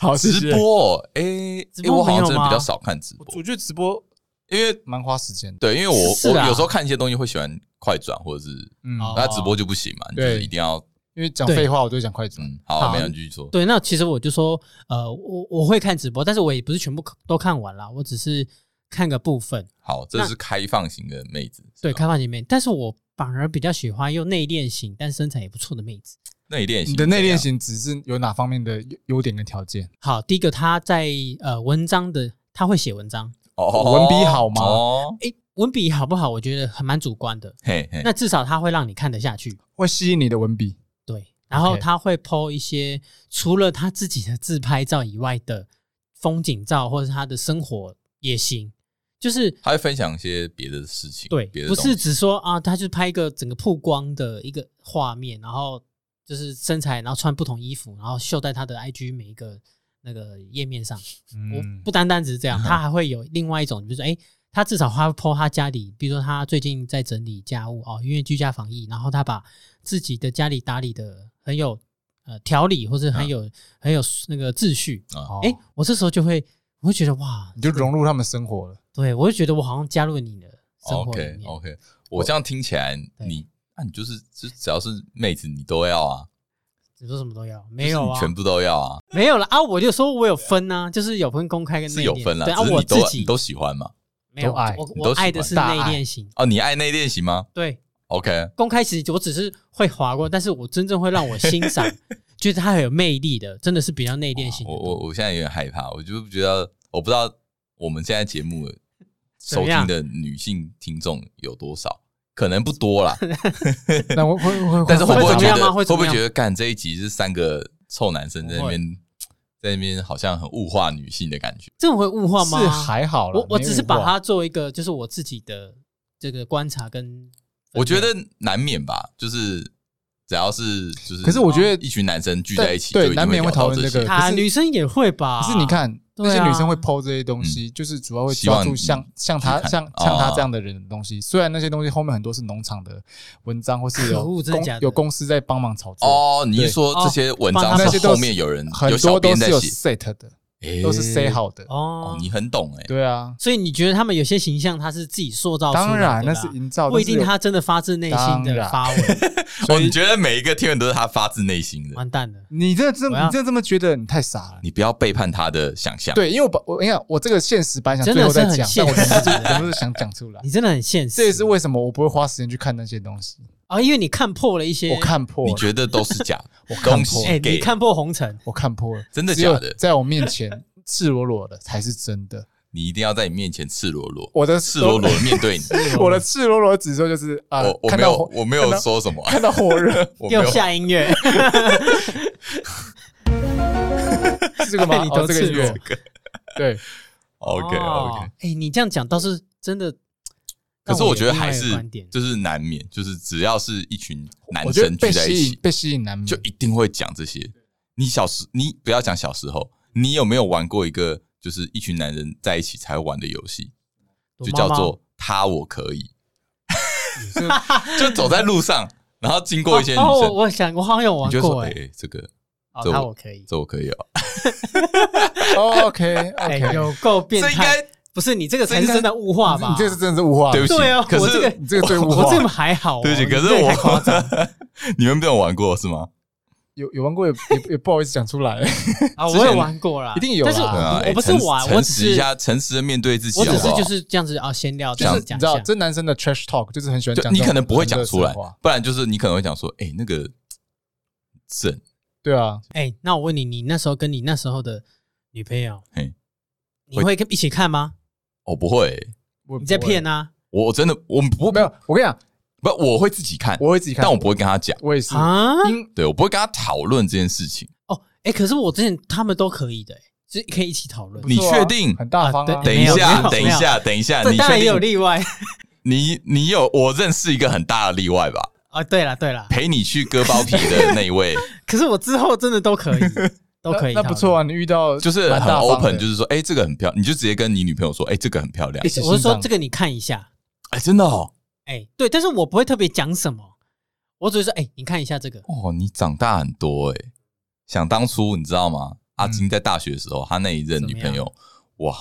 S2: 好，谢谢
S1: 直。播哦，哎、哎
S3: 直播
S1: 我好像
S3: 没有
S1: 真的比较
S3: 吗
S1: 少看直播，
S2: 我觉得直播
S1: 因为
S2: 蛮花时间的。
S1: 对，因为我
S3: 是
S1: 我
S3: 啊
S1: 有时候看一些东西会喜欢快转，或者是
S2: 嗯，
S3: 哦
S1: 那直播就不行嘛，你就是
S2: 对
S1: 一定要
S2: 因为讲
S3: 对
S2: 废话，我就会讲快转。
S1: 嗯，好，
S3: 好
S1: 没有你继续说，
S3: 对，那其实我就说，呃，我我会看直播，但是我也不是全部都看完啦，我只是看个部分。
S1: 好，这是开放型的妹子，是
S3: 对，
S1: 吧
S3: 开放姐妹，但是我反而比较喜欢又内敛型，但身材也不错的妹子。
S1: 内敛型
S2: 你的内敛
S1: 型。
S2: 型只是有哪方面的优优点跟条件？
S3: 好，第一个她在呃文章的，她会写文章，
S1: 哦，
S2: 文笔好吗
S1: 哦，
S3: 诶，文笔好不好，我觉得还蛮主观的。
S1: 嘿嘿，
S3: 那至少她会让你看得下去，
S2: 会吸引你的文笔，
S3: 对。然后
S2: OK
S3: 她会 PO 一些除了她自己的自拍照以外的风景照，或者是她的生活也行，就是
S1: 他会分享一些别的事情，
S3: 对
S1: 别，的
S3: 不
S1: 东西
S3: 是只说啊，他就拍一个整个曝光的一个画面，然后就是身材，然后穿不同衣服，然后秀在他的 IG 每一个那个页面上。我
S2: 嗯
S3: 不，单单只是这
S1: [laughs]
S3: 样，他还会有另外一种，就是哎，他至少他会 po 他家里，比如说他最近在整理家务哦，因为居家防疫，然后他把自己的家里打理的很有呃条理，或者
S1: 嗯
S3: 很有、很有那个秩序。
S1: 啊，
S2: 好
S3: 哎、我这时候就会，我会觉得哇，
S2: 你就融入他们生活了。
S3: 对我就觉得我好像加入你的生活里
S1: 哦 OK
S3: 面。
S1: OK，我这样听起来，
S3: 对
S1: 你啊那你就是就只要是妹子你都要啊，
S3: 你说什么都要，
S1: 就
S3: 没
S1: 是
S3: 有
S1: 你
S3: 啊，
S1: 全部都要啊，
S3: 没有了啊！我就说我有分啊，就是有分公开跟
S1: 是
S3: 内
S1: 有
S3: 敛
S1: 分啦，
S3: 对啊，
S1: 只是
S3: 我
S1: 你
S3: 自
S1: 都
S3: 己
S1: 你都喜欢嘛？
S3: 没有
S2: 都爱
S3: 我
S1: 你
S3: 我
S1: 都喜欢
S3: 爱的是内
S2: 大爱
S3: 敛型，
S1: 哦，你爱内敛型吗
S3: 对，
S1: ？OK，
S3: 公开其实我只是会划过，但是我真正会让我欣赏，觉得他很有魅力的，真的是比较内敛型的
S1: 我哦我我现在有点害怕，我就觉得我不知道我们现在节目收
S3: 么样
S1: 听的女性听众有多少，可能不多
S3: [laughs]
S1: 啦，
S2: [laughs] 那我会会，
S1: 但是会不会
S3: 会怎么
S1: 觉
S3: 样
S1: 得
S3: 吗
S1: 会
S3: 会怎
S1: 不会
S3: 么样
S1: 觉得干这一集是三个臭男生在那边在那边好像很物化女性的感觉？
S3: 这种会物化吗？
S2: 是还好了？
S3: 我我
S2: 没
S3: 只是把
S2: 物化
S3: 它作为一个就是我自己的这个观察跟，
S1: 我觉得难免吧，就是只要是就是，啊
S2: 可是我觉得
S1: 一群男生聚在一起，
S2: 对
S1: 就一定
S2: 难免
S1: 会
S2: 会
S1: 聊到
S2: 讨论
S1: 这
S2: 这
S1: 些
S2: 个
S3: 啊，
S2: 可是
S3: 女生也会吧？
S2: 可是你，看
S3: 对
S2: 那
S3: 啊
S2: 些女生会剖这些东西，就是主要会抓住
S1: 嗯希望
S2: 像像她
S1: 去看
S2: 像
S1: 哦
S2: 像她这样的人的东西。虽然那些东西后面很多是农场的文章，
S3: [laughs]
S2: 或是
S3: 可
S2: 有
S3: 恶真的假
S2: 公
S3: 的
S2: 有公司在帮忙炒作，
S1: 哦，你是
S2: 对
S1: 说这些文
S3: 哦
S1: 章
S3: 帮他
S1: 是
S2: 们
S1: 后面有人
S2: 很
S1: 有小
S2: 多都
S1: 编在
S2: 是有
S1: 写？
S2: set 的。
S1: 哎
S2: 都是 say 好的。
S1: 哦
S3: 哦，，
S1: 你很懂哎、
S2: 对啊，
S3: 所以你觉得他们有些形象他是自己塑造出来的
S2: 当
S3: 啦，
S2: 然那是营造，
S3: 不一定
S2: 但是有
S3: 他真的发自内心
S2: 当
S3: 的
S2: 然
S3: 发文，
S2: [laughs]
S1: 哦，你觉得每一个天文都是他发自内心的，
S3: 完蛋了。
S2: 你真的这
S3: 我要
S2: 你真的这么觉得，你太傻了。
S1: 你不要背叛他的想象。，
S2: 对，因为我把我跟你讲，我这个现实版想
S3: 真
S2: 最
S3: 的
S2: 后
S3: 是
S2: 再
S3: 很
S2: 讲，
S3: 现
S2: 但我
S3: 实
S2: 忍不住
S3: 的
S2: 忍不住想讲出来
S3: [laughs] 你。真的很现实，
S2: 这也是为什么我不会花时间去看那些东西，
S3: 啊，因为你看破了一些，
S2: 我看破
S1: 你
S2: 了，
S1: 觉得都是假
S2: [laughs] 我看
S1: 东
S2: 破
S1: 西
S3: 哎，
S1: 给
S3: 你看破红尘，
S2: 我看破了，
S1: 真的
S2: 只有
S1: 假的
S2: 在我面前赤裸裸的才是真的。
S1: 你一定要在你面前赤裸裸，
S2: [laughs] 我的
S1: 赤裸裸地面对你。
S2: [laughs] 我的赤裸裸的指数就是啊
S1: 我，我
S2: 看
S1: 没
S2: 到
S1: 有
S2: 火
S1: 我没有说
S2: [laughs]
S1: 什么，
S2: 看到火
S1: [laughs]
S2: 热
S1: 我没
S3: 又
S1: 有
S3: 下
S1: [laughs]
S3: 音乐，
S2: 是这个吗 [laughs]
S3: 你？都
S2: 哦，这个
S3: 赤裸
S2: 月
S1: [laughs]
S2: 对，
S1: OK
S3: 哦
S1: OK。
S3: 哎，你这样讲倒是真的，
S1: 可是
S3: 让
S1: 我
S3: 我
S1: 觉
S3: 有
S1: 得
S3: 另外
S1: 还
S3: 一个
S1: 是
S3: 观点
S1: 就是难免，就是只要是一群男
S2: 我觉得
S1: 生
S2: 被
S1: 聚在一
S2: 吸引
S1: 起，
S2: 被吸引难免，
S1: 就一定会讲这些。你小时，你不要讲小时候，你有没有玩过一个就是一群男人在一起才玩的游戏，
S3: 躲
S1: 就
S3: 猫
S1: 叫
S3: 猫
S1: 做“他我可以”， [laughs] 就走在路上，然后经过一些女
S3: 哦哦
S1: 生，
S3: 我我想我好像有
S1: 你
S3: 玩
S1: 就说
S3: 过：“哎，
S1: 哎，这个
S3: 哦，
S1: 这
S3: 那
S1: 我
S3: 我可以，
S1: 这我可以哦。
S2: 哦
S1: [laughs]
S2: OK
S3: 哎，
S2: OK，
S3: 有够”变
S1: 这应
S3: 态，哦
S1: 该
S3: 不是你这个才
S1: 这
S3: 是
S1: 应该
S3: 真的物化吧
S2: 你？这是真的是物化，
S1: 对不起
S3: 对啊，
S1: 可
S3: 我
S1: 是
S3: 这个
S2: 你
S3: [laughs]
S2: 这个最物化
S3: 我。这个还好哦，
S1: 对不起，可
S3: 你
S1: 是
S3: 这个还
S1: [laughs]
S3: 夸张
S1: 我你们没有玩过是吗？
S2: 有有玩过也也也不好意思讲出来，
S3: 啊，
S1: 之
S3: 我
S1: 前
S3: 有玩过啦，
S2: 一定有啦
S3: 但是
S1: 对啊，
S3: 我
S1: 哎
S3: 我不是
S1: 诚
S3: 玩，我
S1: 诚
S3: 只
S1: 实一
S3: 是
S1: 下，诚实的面对自己，
S3: 我只
S1: 好不
S3: 是
S1: 好
S3: 就是这样子啊，闲聊这
S2: 就
S3: 样
S2: 是
S3: 子
S2: 你
S3: 讲
S2: 知
S3: 一
S2: 道，
S3: 下，
S2: 这男生的 trash talk 就是很喜欢
S1: 就
S2: 讲，
S1: 你可能不会讲出来
S2: 话，，
S1: 不然就是你可能会讲说，哎，那个正
S2: 对啊，
S3: 哎，那我问你，你那时候跟你那时候的女朋友
S1: 嘿，
S3: 你会跟一起看吗？
S1: 我哦不会，
S2: 我
S3: 你在骗
S2: 啊？
S3: 啊
S1: 我我真的我不
S2: 没有，我跟你讲，
S1: 不，我会自己看，
S2: 我会自己看，
S1: 但我不会跟他讲，
S2: 我也是，嗯
S3: 啊！
S2: 因
S1: 对我不会跟他讨论这件事情。
S3: 哦，哎，可是我之前他们都可以的，哎是可以一起讨论
S1: 你。确定？
S2: 啊很大方啊
S3: 啊，
S1: 等
S3: 对
S1: 一下，
S3: 没
S1: 等
S3: 有
S1: 一下，等一下，
S3: 这
S1: 你
S3: 当然也有
S1: 确定？
S3: 例外
S1: 你你有我认识一个很大的例外吧？
S3: 啊。对了
S1: [laughs]
S3: 对了，
S1: 陪你去割包皮的那一
S3: [laughs]
S1: 位，
S3: 可是我之后真的都可
S1: [laughs]
S3: 以，都可以。
S2: 那那不错
S3: 啊。
S2: 啊，你遇到
S1: 就是
S2: 蛮
S1: 很
S2: 大方
S1: open，
S2: 的
S1: 就是说，哎，这个很漂亮，你就直接跟你女朋友说，哎，这个很漂
S3: [laughs]
S1: 亮
S2: 一，起
S3: 我是
S2: 欣
S3: 说
S2: 赏
S3: 这个你看一下，
S1: 哎，真的哦，
S3: 哎，对，但是我不会特别讲什么，我只会说，哎，你看一下这个，
S1: 哦，你长大很多哎、想当初你知道吗？阿
S3: 嗯
S1: 金在大学的时候，他那一任女朋友，哇，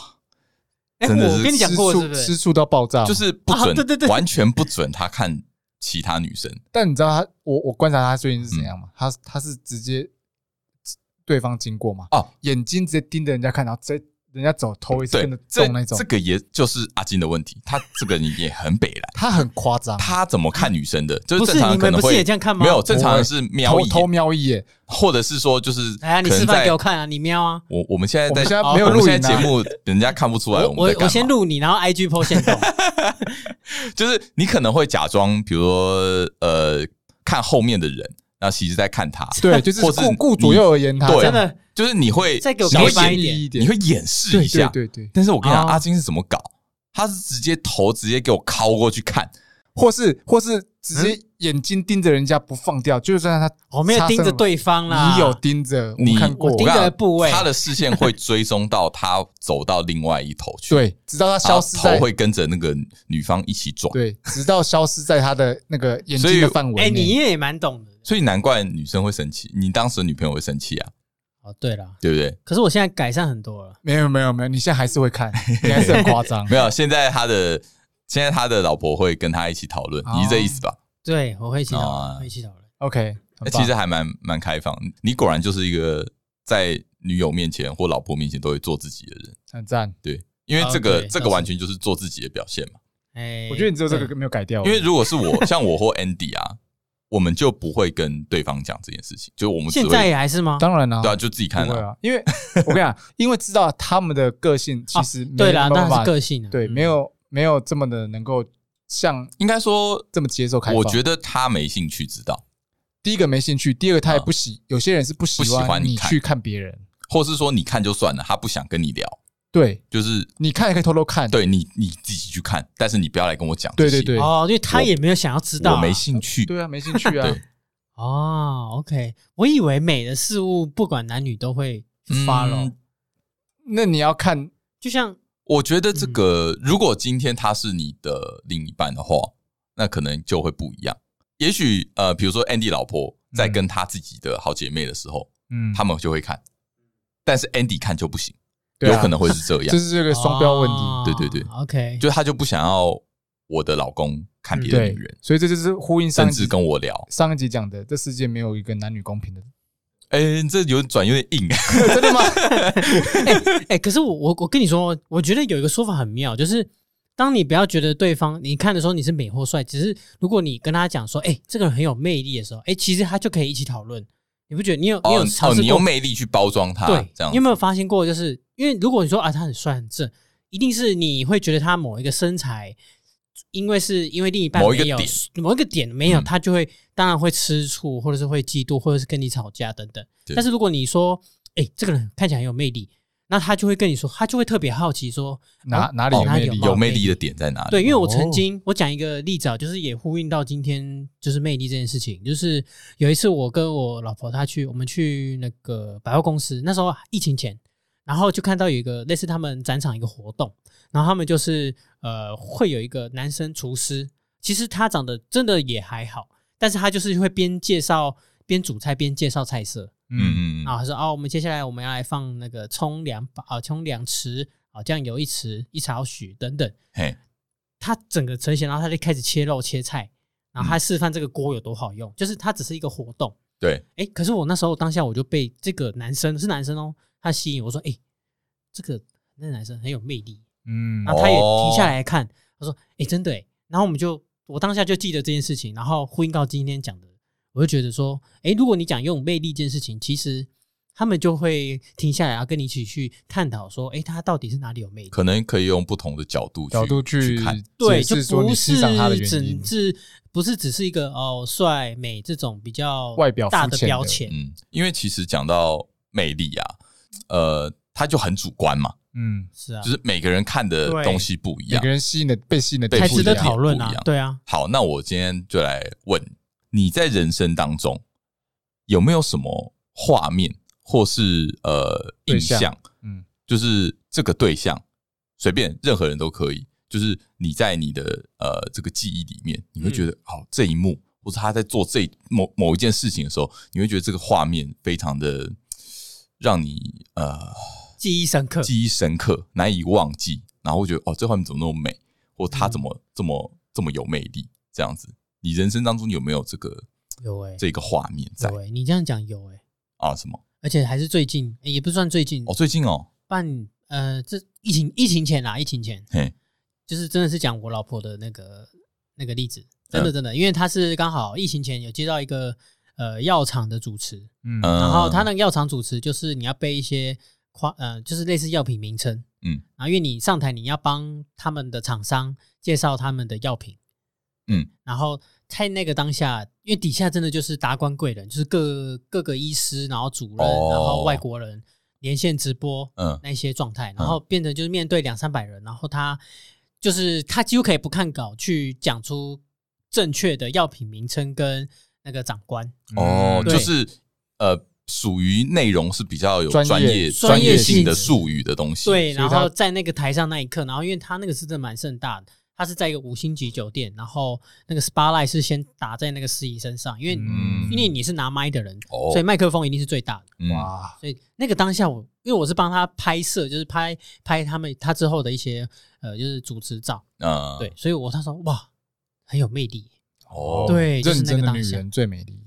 S3: 哎，
S1: 真的是
S3: 我跟你讲过
S2: 吃
S3: 是不
S2: 醋
S3: 是
S2: 吃？醋到爆炸，
S1: 就。是不准，
S3: 啊对对对
S1: 完全不准他看其他女
S3: [laughs]
S1: 生。
S2: 但你知道他，我我观察他最近
S1: 嗯
S2: 是怎样吗？他他是直接对方经过嘛，
S1: 哦，
S2: 眼睛直接盯着人家看，然后直接人家走头也是
S1: 对
S2: 跟着，
S1: 这
S2: 动那种
S1: 这，个也就是阿金的问题，他这个人也很北来，
S2: 他很夸张，
S1: 他怎么看女生的？就是
S3: 嗯不是
S1: 正常
S3: 你
S1: 人可
S3: 们
S1: 能
S3: 不是也
S1: 会
S3: 这样看吗？
S1: 没有，正常人是瞄
S2: 偷
S1: 一
S2: 偷
S1: 眼，
S2: 瞄一眼，
S1: [laughs] 或者是说就是
S3: 来啊，你
S1: 可能
S3: 示范
S1: 在
S3: 给我看啊，你瞄啊。
S1: 我我们现在
S2: 我们现
S1: 在
S2: 在没有
S1: 我们
S2: 录
S1: 现
S2: 影
S1: 在
S2: 啊
S1: 节目，人家看不出来
S3: 我
S1: 们在干
S3: 我
S1: 嘛。
S3: 先录你，然后 IG 抛线动。
S1: 就是你可能会假装，比如说呃，看后面的人，然后其实在看他，
S2: 对，就是
S1: 或是
S2: 顾顾
S1: 你
S2: 左右而言
S1: [laughs]
S2: 他，
S1: 对啊
S3: 真的，
S1: 就是你会
S3: 再给我
S1: 小
S3: 黑
S1: 心
S3: 白
S2: 小
S3: 一
S2: 心
S3: 点
S2: 翼翼一
S1: 你
S2: 点，
S1: 会掩饰
S2: 对
S1: 一下。
S2: 对对对，
S1: 但是我跟你讲，
S3: 哦
S1: 阿金是怎么搞？他是直接头直接给我靠过去看，
S2: 或是或是直
S1: 嗯
S2: 接眼睛盯着人家不放掉，就算他
S3: 我哦没有盯着对方啦。
S2: 你有盯着，我
S1: 你
S2: 看过
S1: 我，
S3: 盯
S1: 跟你
S3: 着
S1: 讲
S3: 部位
S1: 他的视线会追踪到他走到另外一头
S3: [laughs]
S1: 去，
S2: 对，直到他
S1: 然后
S2: 消失在
S1: 啊头会跟着那个女方一起转。
S2: 对，直到消失在他的那个眼睛
S1: 所以
S2: 的范围
S3: 哎，
S2: 内。
S3: 你也蛮懂的。
S1: 所以难怪女生会生气，你当时的女朋友会生气啊，
S3: 哦，对了，
S1: 对不对？。
S3: 可是我现在改善很多了。
S2: 没有没有没有，你现在还是会看，你还是很夸张
S1: 没有，现在他
S2: [laughs]
S1: 的现在他的老婆会跟他一起讨论，
S2: 哦
S1: 你是这意思吧？
S3: 对，我会一起讨
S1: 哦
S3: 论，会一起讨论。
S2: OK，
S1: 那
S2: 很棒
S1: 其实还蛮蛮开放，你果然就是一个在女友面前或老婆面前都会做自己的人，
S2: 很赞。
S1: 对，因
S2: 哦
S1: 为这
S3: 啊
S1: 个
S3: 对
S1: 这
S3: 倒
S1: 个
S3: 是
S1: 完全就是做自己的表现嘛。
S3: 哎，
S2: 我觉得你只有这
S3: 对
S2: 个没有改掉，
S1: 因为如果是我，像我或 Andy 啊，我们就不会跟对方讲这件事情，就我们只
S3: 现
S1: 会
S3: 在也还是吗？
S2: 当然啦，
S1: 对啊，就自己看
S2: 不会
S1: 啊。
S2: 啊，因为我跟你讲，因为知道他们的个性，其实没
S3: 啊对
S2: 啦
S3: 啦，，
S2: 没有
S3: 当
S2: 办
S3: 然是
S2: 法
S3: 个性啊。
S2: 对，
S3: 嗯
S2: 没有没有这么的能够像
S1: 应该说，
S2: 这么接受开放。
S1: 我觉得他没兴趣知道，
S2: 第一个没兴趣，第二个他也不喜，有些人是不喜
S1: 嗯不喜欢
S2: 欢
S1: 你
S2: 你
S1: 看
S2: 去看别人，
S1: 或是说你看就算了，他不想跟你聊，
S2: 对，
S1: 就是
S2: 你看也可以偷偷看，
S1: 对你你自己去看，但是你不要来跟我讲这
S2: 对
S1: 些。
S2: 对对
S3: 哦，因为他也没有想要知道啊。
S1: 我没兴趣。
S2: 对啊，没兴趣啊，
S1: 对
S3: 哦，OK，我以为美的事物不管男女都会去 follow，
S1: 嗯
S2: 那你要看
S3: 就像
S1: 我觉得这
S3: 嗯
S1: 个，如果今天他是你的另一半的话，那可能就会不一样。也许呃，比如说 Andy 老婆
S3: 嗯
S1: 在跟她自己的好姐妹的时候，
S2: 嗯，
S1: 她们就会看，但是 Andy 看就不行，
S2: 对啊
S1: 有可能会是
S3: [laughs]
S1: 这
S2: 这
S1: 样，
S2: 是这个双标问题。
S3: 哦
S1: 对对对
S3: ，OK，
S1: 就他就不想要我的老公看
S3: 嗯
S1: 别的
S2: 对
S1: 女人，，
S2: 所以这就是呼应上
S1: 甚
S2: 一集
S1: 至跟我聊，
S2: 上一集讲的，这世界没有一个男女公平的。 [laughs]
S1: 哎、你这有点转有点硬，
S2: 真的吗？
S3: 哎、可是我我我跟你说，哦我觉得有一个说法很妙，就是当你不要觉得对方你看的时候你是美或帅，只是如果你跟他讲说，哎、这个人很有魅力的时候，哎、其实他就可以一起讨论。你不觉得你有你有
S1: [laughs] 哦
S3: 尝
S1: 哦，
S3: 试
S1: 你
S3: 过、
S1: 用魅力去包装他，
S3: 对
S1: 这样
S3: 你有没有发现过？就是因为如果你说啊他很帅很正，一定是你会觉得他某一个身材，因为是因为另一半
S1: 某一个
S3: 没有
S1: 点
S3: 某一个点没有，
S1: 嗯
S3: 他就会当然会吃醋，或者是会嫉妒，或者是跟你吵架等等。
S1: 对
S3: 但是如果你说，哎、这个人看起来很有魅力，那他就会跟你说，他就会特别好奇说，
S2: 哪
S3: 哦
S2: 哪里有嗯
S3: 哪里
S2: 魅
S3: 有
S2: 力？
S1: 啊有魅力的点在哪里？
S3: 对，因为我
S2: 哦
S3: 曾经、我讲一个例子啊，就是也呼应到今天就是魅力这件事情，就是有一次我跟我老婆她去我们去那个百货公司，那时候疫情前，然后就看到有一个类似他们展场一个活动，然后他们就是呃会有一个男生厨师，其实他长得真的也还好，但是他就是会边介绍边煮菜边介绍菜色，
S2: 嗯，
S1: 嗯嗯
S3: 啊，他说哦，我们接下来我们要来放那个葱两把啊，葱两匙啊，酱油一匙，一勺许等等。
S1: 嘿，
S3: 他整个呈现，然后他就开始切肉切菜，然后他示范这个锅有多好用，就是它只是一个活动。
S1: 对，
S3: 哎，可是我那时候当下我就被这个男生是男生哦，他吸引我说，哎，这个那个男生很有魅力。
S2: 嗯
S3: 然后他也
S1: 哦
S3: 停下来看，他说，哎，真的哎。然后我们就我当下就记得这件事情，然后呼应到今天讲的，我就觉得说，哎，如果你讲用魅力这件事情，其实。他们就会停下来，然后跟你一起去探讨说，哎，他到底是哪里有魅力？
S1: 可能可以用不同的角度去
S2: 角度
S1: 去看，
S3: 对，
S2: 解
S3: 就
S2: 释说
S3: 不
S2: 你欣赏他的原因
S3: 只。是不是只是一个哦帅美这种比较
S2: 外表
S3: 大
S2: 肤
S3: 的
S2: 浅
S3: 标
S2: 的
S3: 签，
S1: 嗯，因为其实讲到魅力啊，呃，它就很主观嘛，
S2: 嗯，
S3: 是啊，
S1: 就是每个人看的
S3: 对
S1: 东西不一
S2: 每
S1: 样
S2: 个。人吸引的被吸引的
S1: 被
S3: 才
S1: 不
S2: 点
S3: 值
S1: 一
S3: 得
S1: 样
S3: 讨论
S1: 不
S3: 啊
S1: 一样，
S3: 对啊，
S1: 好，那我今天就来问你在人生当中有没有什么画面或是呃
S2: 对
S1: 印
S2: 象
S1: 象，
S2: 嗯
S1: 就是这个对象随便任何人都可以，就是你在你的呃这个记忆里面，你会
S2: 嗯
S1: 觉得好、这一幕，或者他在做这某某一件事情的时候，你会觉得这个画面非常的让你呃
S3: 记忆深
S1: [laughs]
S3: 刻，
S1: 记忆深刻，难以忘记，然后会觉得哦，这画面怎么那么美，或他怎
S3: 嗯
S1: 么、这么这么有魅力，这样子。你人生当中有没有这个
S3: 有哎、
S1: 这个画面在
S3: 有哎、你这样讲有哎、
S1: 啊？什么？
S3: 而且还是最近，诶也不算最近，
S1: 哦，最近哦，
S3: 半呃这疫情疫情前啦，疫情前
S1: 嘿，
S3: 就是真的是讲我老婆的那个那个例子，真
S2: 嗯
S3: 的真的，因为她是刚好疫情前有接到一个呃药厂的主持，
S2: 嗯
S1: 嗯
S3: 然后他那个药厂主持就是你要背一些夸呃，就是类似药品名称，
S1: 嗯，
S3: 然后因为你上台你要帮他们的厂商介绍他们的药品，
S1: 嗯，
S3: 然后在那个当下，因为底下真的就是达官贵人，就是各各个医师，然后主任，
S1: 哦
S3: 然后外国人连线直播，
S1: 嗯
S3: 那些状态，然后变成就是面对两三百人，然后他就是他几乎可以不看稿去讲出正确的药品名称跟那个长官，
S2: 嗯
S1: 哦，
S3: 嗯对
S1: 就是呃，属于内容是比较有
S2: 专业
S1: 专业
S3: 专
S1: 专
S3: 业
S1: 业性
S3: 性
S1: 的
S3: 质
S1: 术语的东西。
S3: 对，
S2: 所以
S3: 然
S2: 他
S3: 后在那个台上那一刻，然后因为他那个是真的蛮盛大的，他是在一个五星级酒店，然后那个 spotlight 是先打在那个司仪身上，因为、
S2: 嗯
S3: 因为你是拿麦的人，
S1: 哦
S3: 所以麦克风一定是最大的。
S1: 嗯
S2: 哇，
S3: 所以那个当下我，因为我是帮他拍摄，就是拍拍他们他之后的一些呃，就是主持照，
S1: 嗯
S3: 对，所以我那时候哇，很有魅力，
S1: 哦，
S3: 对，就是
S2: 认
S3: 那
S2: 真
S3: 个
S2: 的
S3: 当
S2: 女
S3: 下，
S2: 人最美丽。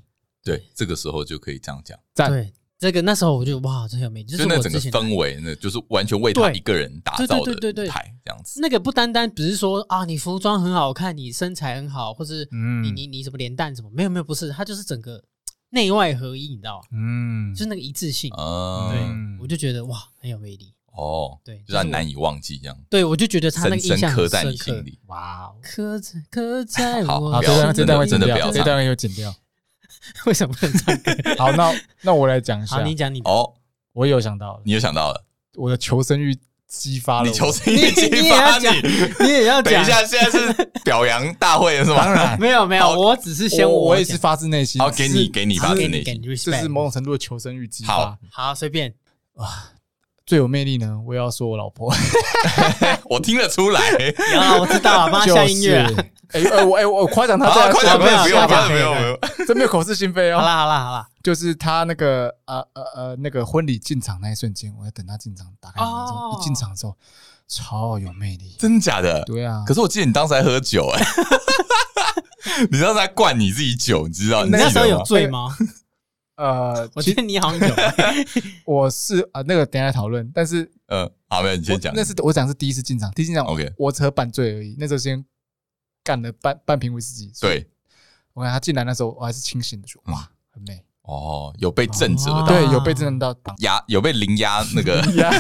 S1: 对，这个时候就可以这样讲，
S2: 赞
S3: 对，这个那时候我就哇，真有魅力，这
S1: 就是那
S3: 我
S1: 整
S3: 之
S1: 个
S3: 前
S1: 氛围，那就是完全为他
S3: 对
S1: 一个人打造
S3: 对对对
S1: 的
S3: 对
S1: 舞
S3: 对
S1: 台这样子。
S3: 那个不单单只是说啊，你服装很好看，你身材很好，或是
S2: 嗯
S3: 你你你什么脸蛋什么，没有没有，不是，它就是整个内外合一，你知道吗？
S2: 嗯
S3: 就是那个一致性，
S1: 嗯，
S2: 嗯
S3: 对，我就觉得哇，很有魅力，
S1: 哦，
S3: 对
S1: 就让你
S3: 这是我
S1: 难以忘记这样，
S3: 对我就觉嗯得他那个
S1: 深
S3: 印
S1: 深
S3: 象
S1: 刻
S3: 很
S1: 在你
S3: 深
S1: 心
S3: 刻，
S1: 里。
S2: 哇哦。
S3: 刻在刻在
S1: 好
S3: 我
S2: 好，
S1: 不要
S2: 这段这段会
S1: 真
S2: 剪
S1: 的不
S2: 掉，
S1: 要
S2: 这
S1: 唱
S2: 段会有剪掉。
S3: [laughs] 为什么不能
S2: [laughs]
S3: 唱歌？
S2: 好，那那我来讲一下
S3: 好，，你讲你的，
S1: 哦，
S2: 我有想到了，
S1: 你又想到了，
S2: 我的求生欲激发了
S1: 你
S2: 我
S1: 求生
S3: 你
S1: 欲激
S3: 你也
S1: 发 [laughs]
S3: 要讲，
S1: 你。
S3: 你也要
S1: 等
S3: 讲
S1: 一，下，现在是表扬大会了是吗？
S2: 当然，
S3: 没有没有，
S1: 好
S3: 我只是先
S2: 我我也
S3: 讲
S2: 是发自内心，
S1: 好，给你
S2: 是
S1: 给你
S3: 好
S1: 发自
S3: 给你
S1: 内
S3: 给你
S1: 心。
S2: 这
S3: respect，
S2: 是某种程度的求生欲激
S1: 好
S2: 发。
S3: 好随便，
S2: 最有魅力呢，我也要说我老婆，
S1: [laughs] 我听得出来，
S3: [laughs] 然后我知道了，帮他
S2: [laughs] 就
S3: 下音乐啊，
S2: 是哎哎，我哎我我夸奖他
S1: 啊，
S2: 这样
S1: 快
S2: 说
S1: 点，快
S3: 讲
S1: 点，不用，
S3: 下
S1: 不
S3: 吧
S1: 用，不用，不用。
S2: 啊真没有口是心非
S3: 好
S2: 哦。
S3: 啦好啦好啦，
S2: 就是他那个呃呃呃那个婚礼进场那一瞬间，我在等他进场，打开门之后
S3: 哦
S2: 一进场的时候超有魅力。
S1: 真的假的？
S2: 对啊，
S1: 可是我记得你当时还喝酒哎、 [laughs] 你当时还灌你自己酒，你知道？
S3: 你那时
S1: 记
S3: 候
S1: 得
S3: 有
S1: 吗
S3: 醉吗？
S2: 呃，
S3: 我
S2: 其
S3: 记
S2: 实
S3: 得你好
S1: [laughs]
S3: 像有，
S2: 我是啊、那个等一下讨论，但是
S1: 嗯，好，没有，你先
S2: 我
S1: 讲。
S2: 那是我讲是第一次进场，第一次进场
S1: OK
S2: 我只喝半醉而已，那时候先干了半半瓶威士忌。所以
S1: 对
S2: 我看他进来那时候我还是清醒的，说哇很美，
S1: 哦，有被震慑
S3: 啊
S1: 到，
S2: 对，有被震
S3: [laughs]
S2: 撼到，
S1: 压有被灵压那个
S2: 呀，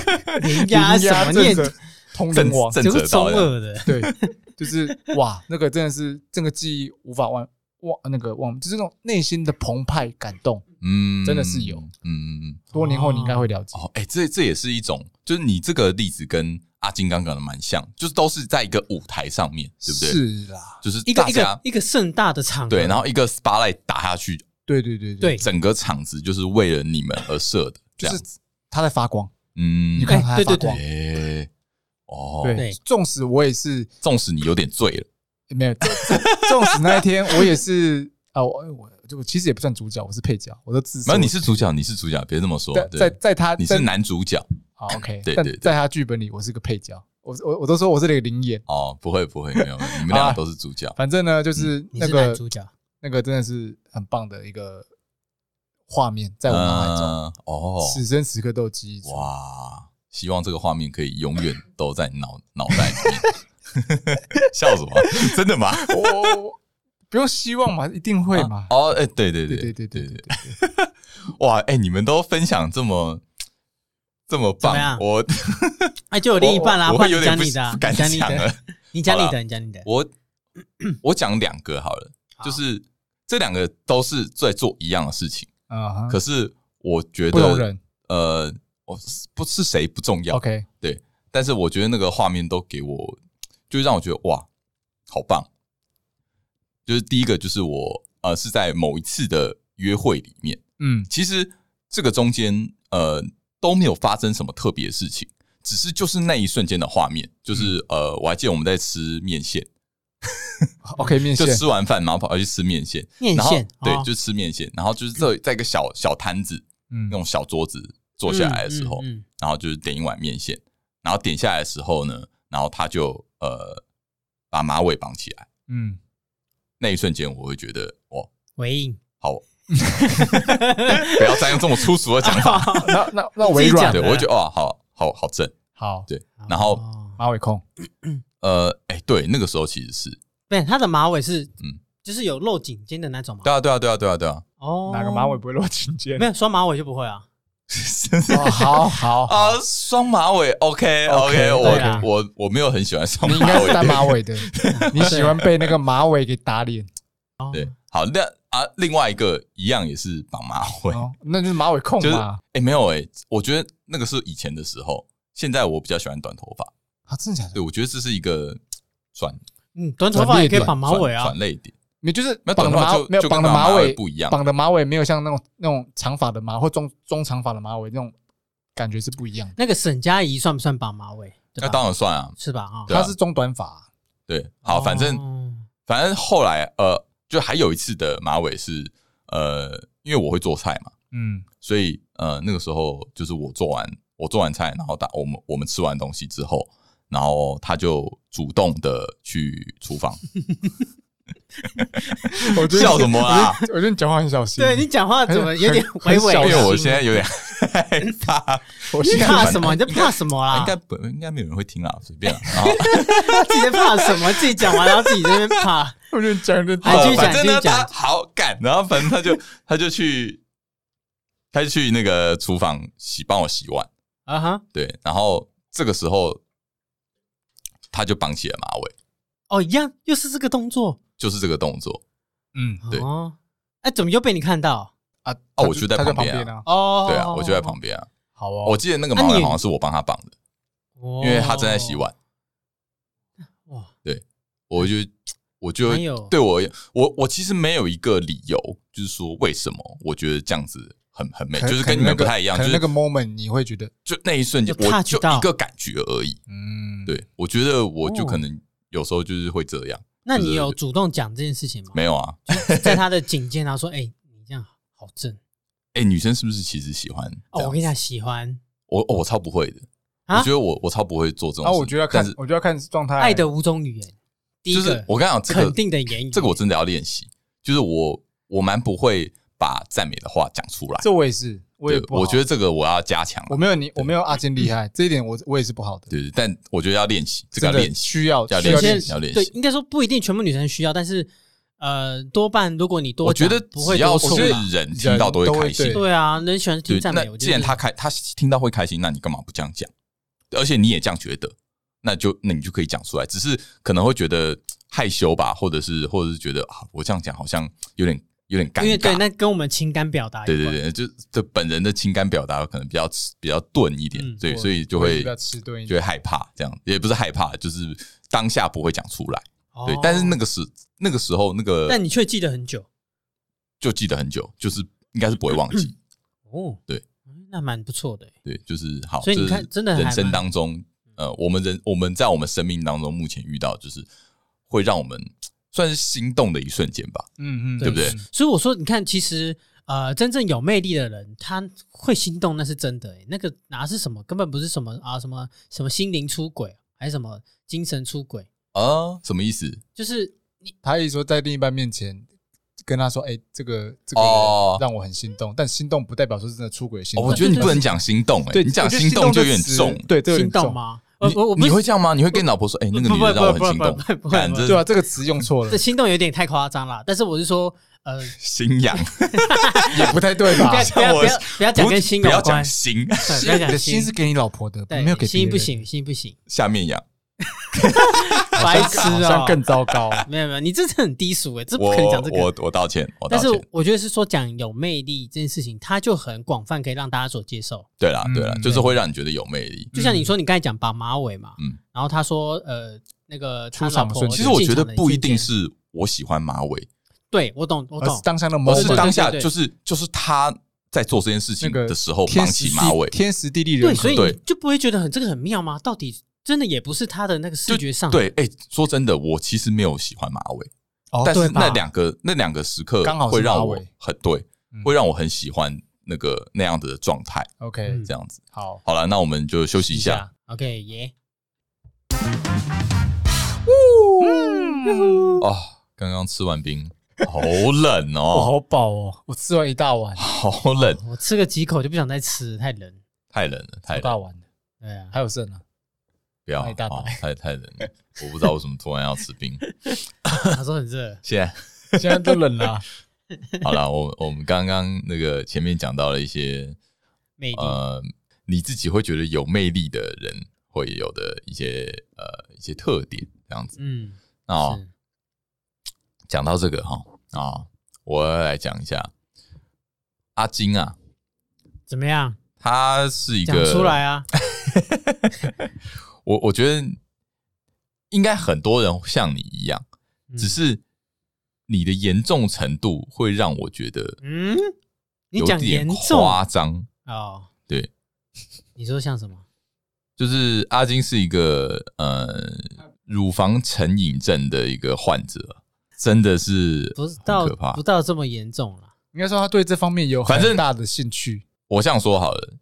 S3: 人家什么你也
S2: 震慑通
S1: 震
S2: 灵王，
S1: 震
S3: 就
S1: 慑
S3: 是中
S1: 到的。
S3: 二的，
S2: 对，就是哇，那个真的是这个记忆无法忘忘那个忘，就是那种内心的澎湃感动，
S1: 嗯
S2: 真的是有
S1: 嗯嗯嗯。
S2: 多年后你应该会了解。
S1: 哦，哎、这这也是一种，就是你这个例子跟阿金刚刚的蛮像，就是都是在一个舞台上面，对不对？，
S2: 是啦，
S1: 就是
S3: 一
S1: 大
S3: 个一
S1: 家
S3: 个一个盛大的场合，
S2: 嗯
S1: 对，然后一个 spotlight 打下去，
S2: 对对对
S3: 对，
S1: 整个场子就是为了你们而设的，这
S2: 就
S1: 样
S2: 是他在发光，
S1: 嗯
S2: 你，看他
S3: 对
S2: 在发
S3: 对
S2: 光
S1: 哎、。哦，
S2: 对
S3: 对，
S2: 纵使我也是
S1: 纵使你有点醉了，
S2: 没有，纵纵使那一天我也是啊，我我就其实也不算主角，我是配角，我都自
S1: 没
S2: 那
S1: 有，你是主角，你是主角，别这么说，
S2: 在
S1: 对
S2: 在在他
S1: 你
S2: 在
S1: 是男主角
S2: 啊 OK，
S1: 对对
S2: 但
S1: 对
S2: 在他剧本里我是个配角，我我我都说我是那个灵眼，
S1: 哦，不会不会，没有，你们
S2: 啊
S1: 两个都是主角，
S2: 反正呢就是
S3: 嗯你
S2: 那
S3: 是
S2: 个
S3: 男主角，
S2: 那个真的是很棒的一个画面，在我脑海中，
S1: 嗯哦，
S2: 此生此刻都有记忆中。
S1: 哇，希望这个画面可以永远都在脑脑袋里面。 [laughs] 笑什
S2: [laughs]
S1: 么？真的吗？
S2: 我我我哦不用希望嘛，一定会嘛。
S1: 哦，哎、对对
S2: 对
S1: 对
S2: 对对对对，对
S1: 哇，哎、你们都分享这么这么
S3: 怎么样
S1: 棒，我
S3: 哎，就有另一半啦，
S1: 我
S3: 不
S1: 我会有
S3: 然
S1: 点
S3: 你讲
S1: 不
S3: 你的啊，
S1: 不敢
S3: 你讲你
S1: 讲
S3: 的， [laughs]
S1: 了。
S3: 你讲你
S1: 好
S3: 的，你讲你的，
S1: 我我讲两个好了，就是这两个都是在做一样的事情，
S2: 啊
S3: 嗯
S2: 哈，
S1: 可是我觉
S2: 不容
S1: 得
S2: 忍。
S1: 呃，我是不是谁不重要
S2: OK，
S1: 但是我觉得那个画面都给我，就让我觉得哇，好棒！就是第一个，就是我呃是在某一次的约会里面，
S2: 嗯，
S1: 其实这个中间呃都没有发生什么特别的事情，只是就是那一瞬间的画面，就是、
S3: 嗯
S1: 呃我还记得我们在吃面线，
S2: OK 面
S1: 就
S2: 线
S1: 吃完饭然后跑去吃面线，
S3: 面
S1: 然后
S3: 线
S1: 对
S3: 哦，
S1: 就吃面线，然后就是在在一个小小摊子
S2: 嗯
S1: 那种小桌子坐下来的时候，
S3: 嗯嗯嗯
S1: 然后就是点一碗面线，然后点下来的时候呢，然后他就呃把马尾绑起来，
S2: 嗯，
S1: 那一瞬间我会觉得哇，[laughs]
S3: 回应，
S1: 好，
S3: 哦
S1: 不要再用这么粗俗的讲
S2: [laughs]
S1: 法，
S2: 那那那微
S3: 自己
S2: 软
S3: 讲
S1: 对
S3: 的
S1: 我会觉得哇，好好好正，
S2: 好
S1: 对，然后
S3: 哦
S2: 马尾控
S1: 呃，哎、对，那个时候其实是
S3: 不是他的马尾是
S1: 嗯
S3: 嗯，就是有露颈肩的那种嘛
S1: 对，啊，对啊，对啊，对啊，对啊， [laughs]
S3: 哦，
S2: 哪个马尾？不会落颈肩
S3: 没？有双马尾就不会啊，
S2: 哦好好，
S1: 啊，双马尾，OK
S2: OK，
S1: OK，
S2: 对
S1: 我
S3: 啊
S1: 我我没有很喜欢双
S2: 你应
S1: 马
S2: 该
S1: 尾
S2: 是
S1: 的
S2: 单，马尾的，你喜欢被那个马尾给打脸
S3: 哦
S1: 对，好，那啊，另外一个一样也是绑马尾，
S2: 哦，那就是马尾控
S1: 就是哎
S2: 嘛。、
S1: 诶没有哎、我觉得那个是以前的时候，现在我比较喜欢短头发。
S2: 啊，真的假的
S1: 对，？我觉得这是一个转
S3: 嗯，短头发也可以绑马尾
S1: 转
S3: 啊
S1: 转，类点，
S2: 你就是
S1: 没有
S2: 绑
S1: 短
S2: 的
S1: 头发
S2: 马
S1: 就
S2: 没有
S1: 就跟
S2: 绑的马
S1: 马
S2: 尾
S1: 尾不一样，
S2: 绑的马尾没有像那种那种长发的马或中中长发的马尾那种感觉是不一样的。
S3: 那个沈佳宜算不算绑马尾？对
S1: 那
S3: 吧
S1: 当然算啊。
S3: 是吧？啊，
S1: 对啊
S2: 它是中短发，
S1: 对，好，反正、
S3: 哦
S1: 反正后来呃，就还有一次的马尾是呃，因为我会做菜嘛，
S2: 嗯，
S1: 所以呃那个时候就是我做完我做完菜，然后打我们我们吃完东西之后，然后他就主动的去厨房，
S2: 我觉得
S1: 笑什么啊
S2: 我觉得我觉得你讲话很小心。
S3: 对你讲话怎么有点
S2: 很
S3: 委
S2: 很
S1: 因
S2: 小
S3: 委
S1: 为
S3: 的？
S1: 我现在有点 [laughs] 害怕。
S2: 我
S3: 你
S2: 现在
S3: 怕
S1: [laughs]
S3: 什么？你在怕什么
S1: 啊
S3: 啦？ [laughs]
S1: 应该不应该没有人会听啦，随便啦。啊然后
S3: 自己在怕什么？自己讲
S1: [laughs]
S3: 完然后自己在那边怕。
S2: 我觉得你哎讲的
S3: 啊好继续
S1: 呃
S3: 讲
S1: 反正呢，
S3: 继续
S1: 他
S3: 讲
S1: 好干，然后反正他就 [laughs] 他就去他就去那个厨房洗，帮我洗碗。
S3: 啊哈，
S1: 对，然后这个时候他就绑起了马尾，
S3: 哦，一样，又是这个动作。
S1: 就是这个动作。
S2: 嗯
S1: 对
S3: 哦，哎，怎么又被你看到？
S2: 啊
S1: 哦
S2: 他
S1: 我就在
S2: 他在
S1: 旁
S2: 旁
S1: 边啊
S2: 啊。
S3: 哦，
S1: 对啊，我就在旁边啊。
S2: 好哦，
S1: 我记得那个马
S3: 啊
S1: 尾
S3: 你
S1: 好像是我帮他绑的，
S3: 哦
S1: 因为他正在洗。碗，
S3: 哇，
S1: 我就我就
S3: 蛮有
S1: 对我我我其实没有一个理由，就是说为什么我觉得这样子很很美，
S2: 可
S1: 就是
S2: 可能
S1: 跟你们
S2: 那个
S1: 不太一样，
S2: 可
S1: 就
S2: 能
S1: 是
S2: 那个 moment 你会觉得，
S1: 就那一瞬间，
S3: 有
S1: 我
S3: touch
S1: 就
S3: 到
S1: 一个感觉而已。
S2: 嗯，
S1: 对，我觉得我就可能有时候就是会这样，
S3: 那
S1: 就
S3: 你
S1: 是
S3: 有主动讲这件事情吗？
S1: 没有啊？
S3: 在他的颈肩，然后说：“哎、你这样好正
S1: 哎、女生是不是其实喜欢这
S3: 哦！”
S1: 样
S3: 我跟你讲，喜欢
S1: 我哦我超不会的，
S3: 啊
S1: 我觉得我我超不会做这种事。
S2: 然后哦啊我觉得要
S1: 但
S2: 看
S1: 是，
S2: 我觉得要看状态。啊
S3: 爱的五种语言，第一
S1: 就
S3: 个、
S1: 是我跟你讲，这个
S3: 肯定的言语，
S1: 这个我真的要练习，就是我我蛮不会把赞美的话讲出来。
S2: 这我也是，我也
S1: 对
S2: 不好。
S1: 我觉得这个我要加强啊。
S2: 我没有你，我没有阿金厉害，这一点我我也是不好的。
S1: 对对，但我觉得要练习，这个
S2: 真
S1: 要
S2: 的
S1: 练习。
S2: 需要
S1: 要
S2: 需
S1: 练
S2: 要
S1: 习
S2: 练习
S1: 要练习
S3: 对，应该说不一定全部女生需要，但是呃，多半如果你多
S1: 我觉
S3: 讲，
S1: 得
S3: 不会
S1: 只要
S3: 多
S1: 是
S3: 数啦
S1: 人听到都
S2: 人都
S1: 会
S2: 会
S1: 开心
S2: 对。
S3: 对啊，人喜欢听
S1: 对，
S3: 赞美，
S1: 那
S3: 我觉
S1: 既然
S3: 得
S1: 他开他听到会开心，那你干嘛不这样讲？而且你也这样觉得，那就那你就可以讲出来，只是可能会觉得害羞吧，或者是或者是觉得啊，我这样讲好像有点有点尴
S3: 因为对，
S1: 尬。
S3: 那跟我们情感表达有
S1: 对
S3: 关
S1: 对对，就这本人的情感表达可能比较比较钝一点，
S3: 嗯
S1: 对，
S2: 我
S1: 所以就
S2: 我也
S1: 会
S2: 是比较迟钝一
S1: 就
S2: 点。
S1: 会害怕，这样也不是害怕，就是当下不会讲出来，
S3: 哦
S1: 对。但是那个时那个时候那个
S3: 但你却记得很久
S1: 就记得很久，就是应该是不会忘
S3: [laughs]
S1: 记，
S3: 哦，
S1: 对
S3: 嗯，那蛮不错的欸。
S1: 对，就是好。
S3: 所以你
S1: 这是
S3: 看真的还
S1: 人生
S3: 蛮
S1: 当中，呃，我们人我们在我们生命当中目前遇到，就是会让我们算是心动的一瞬间吧。
S2: 嗯嗯，
S1: 对不对
S3: 所以我说，你看，其实呃，真正有魅力的人，他会心动，那是真的、欸。那个哪是什么，根本不是什么啊，什么什么心灵出轨，啊还是什么精神出轨，
S1: 啊，什么意思？
S3: 就是你
S2: 他一说在另一半面前跟他说：“哎，这个这个
S1: 哦
S2: 让我很心动。”但心动不代表说是真的出轨心
S1: 哦，
S2: 动。
S1: 我觉得你不能讲心动，哎，
S2: 对
S1: 你讲
S2: 我觉得
S1: 心动就
S2: 这个
S1: 有点
S2: 词
S1: 重。
S2: 对，这个有
S3: 心动
S2: 点重？
S3: 吗？呃，
S1: 你
S3: 我我不
S1: 你会
S3: 是
S1: 这样吗？你会跟你老婆说：“哎，那个
S3: 不
S1: 女的
S3: 不
S1: 让我
S3: 不
S1: 很心
S3: 不
S1: 动
S3: 不不不，
S1: 感
S3: 不
S1: 这
S2: 对啊，这个词用错了
S3: 这，心动有点太夸张了，但是我是说，呃，
S1: 心痒，
S2: 也不太对吧
S3: 不要？不要
S1: 我
S3: 不要不要 [laughs] 讲跟心
S1: 不
S3: 有
S1: 要
S3: 关
S1: 讲，心，
S3: 对不要
S2: 你的
S3: 讲
S2: 心是给你老婆的，
S3: 对，
S2: 没有给别
S3: 心
S2: 人
S3: 不，行，心不行，
S1: 下面痒。
S3: 白痴
S2: 好
S3: 哦
S2: 像，更糟糕。
S3: [laughs] 没有没有，你这是很低俗哎，这不
S1: 我
S3: 可能讲这个。
S1: 我我道歉，我道
S3: 但是
S1: 歉。
S3: 我觉得是说讲有魅力这件事情，它就很广泛，可以让大家所接受。
S1: 对啦，对啦，
S2: 嗯
S1: 就是会让你觉得有魅力。
S3: 就像你说，你刚才讲绑马尾嘛，
S1: 嗯
S3: 然后他说呃那个他
S2: 出场
S3: 老
S2: 的
S3: 婆
S2: 瞬
S3: 进
S2: 间
S1: 其实我觉得
S3: 场的
S1: 不一定
S3: 瞬间，
S1: 是我喜欢马尾，
S3: 对我懂我
S2: 而
S3: 懂
S2: 是，当下的
S1: 而
S2: moment，
S1: 是
S3: 对
S1: 当下
S3: 对对
S1: 就是就是他在做这件事情
S2: 那个
S1: 的时候
S2: 天
S1: 哦绑
S2: 时
S1: 起
S2: 地
S1: 马尾，
S2: 天时地利人
S3: 对，
S2: 和
S3: 所以
S1: 对
S3: 你就不会觉得很这个很妙吗？到底真的也不是他的那个视觉上
S1: 对，哎、说真的，我其实没有喜欢马尾，
S2: 啊哦
S1: 但
S2: 对
S1: 是
S2: 吧
S1: 那两个那两个时刻
S2: 刚好是
S1: 会让
S2: 马
S1: 我
S2: 尾
S1: 很对
S2: 嗯，
S1: 会让我很喜欢那个那样的状态，
S2: OK
S1: 这样子。
S2: 好，
S1: 好了，那我们就休息一下。
S3: OK 耶、嗯
S1: 哦，刚刚吃完冰，好冷
S2: 我
S1: 哦，
S2: 好饱哦，我吃完一大碗，
S1: 好冷，
S3: 我吃个几口就不想再吃了，太冷。
S1: 太冷了，太
S2: 一
S1: 冷了，
S2: 大碗
S3: 对啊，
S2: 还有剩啊。
S1: 不要，
S2: 那一大
S1: 哦
S2: 袋
S1: 太太冷了，我不知道为什么突然要吃
S2: [laughs]
S1: 冰。
S3: 他说很热，
S1: 现在
S2: 现在都冷 [laughs] 了，啊
S1: 好了，我我们刚刚那个前面讲到了一些
S3: 魅力、
S1: 呃，你自己会觉得有魅力的人会有的一些呃一些特点，这样子。
S3: 嗯，
S1: 那、哦
S3: 是
S1: 讲到这个哈啊、我要来讲一下阿金啊，
S3: 怎么样？
S1: 他是一
S3: 讲
S1: 个
S3: 出来
S1: [laughs]
S3: 啊，
S1: 我我觉得应该很多人像你一样，
S3: 嗯
S1: 只是你的严重程度会让我觉得
S3: 嗯，你
S1: 有
S3: 讲
S1: 点
S3: 严重
S1: 夸张。
S3: 哦，
S1: 对，
S3: 你说像什么？
S1: 就是阿金是一个呃乳房成瘾症的一个患者，真的是
S3: 不是
S1: 很
S3: 到
S1: 可怕
S3: 不。到这么严重啦。
S2: 应该说他对这方面有
S1: 反正
S2: 很大的兴趣。
S1: 我这样说好了，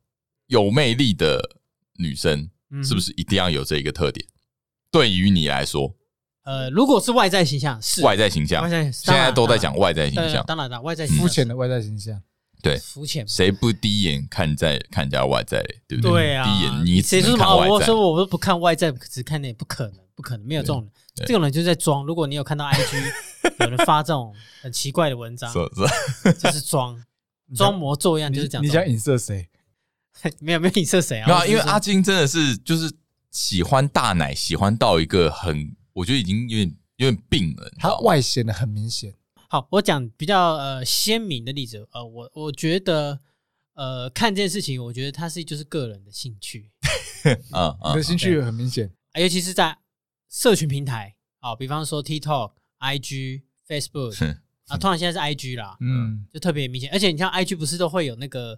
S1: 有魅力的女生
S3: 嗯
S1: 是不是一定要有这一个特点？对于你来说，
S3: 呃，如果是外在形象是
S1: 外在形象
S3: 外，在，
S1: 现在都在讲外在形
S3: 当然
S1: 象
S3: 对，当然了，外
S1: 嗯
S3: 在
S2: 肤浅
S3: 的
S2: 的外在形象，
S1: 对
S3: 肤浅。
S1: 谁不第一眼看在看人家外在嘞？对不
S3: 对啊，
S1: 第一眼你只
S3: 谁说
S1: 能
S3: 什么？
S1: 看
S3: 哦我
S1: 外在
S3: 说，我都不看外在，只看那不可能，不可能，没有这种人。
S1: 对
S3: 这种人就是在装。如果你有
S1: [laughs]
S3: 看到 IG 有人发这种很奇怪的文章，
S1: 说说
S3: 就是装装模作样，
S2: 你
S3: 就是讲
S2: 你想影射谁？
S3: [laughs] 没有没有影射谁啊？
S1: 没有
S3: 我
S1: 啊，
S3: 只是
S1: 因为
S3: 说
S1: 阿金真的是就是喜欢大奶，喜欢到一个很，我觉得已经有点有点病了。你知道
S2: 他
S1: 吗
S2: 外显的很明显，
S3: 好，我讲比较呃鲜明的例子，呃，我我觉得呃看这件事情，我觉得它是就是个人的兴趣，
S1: 嗯
S2: 你的
S1: 嗯，
S2: 兴趣很明显。
S3: 啊尤其是在社群平台啊、比方说 TikTok、IG、Facebook
S1: 哼
S3: 啊，通常现在是 IG 啦，
S2: 嗯，
S3: 就特别明显。而且你像 IG 不是都会有那个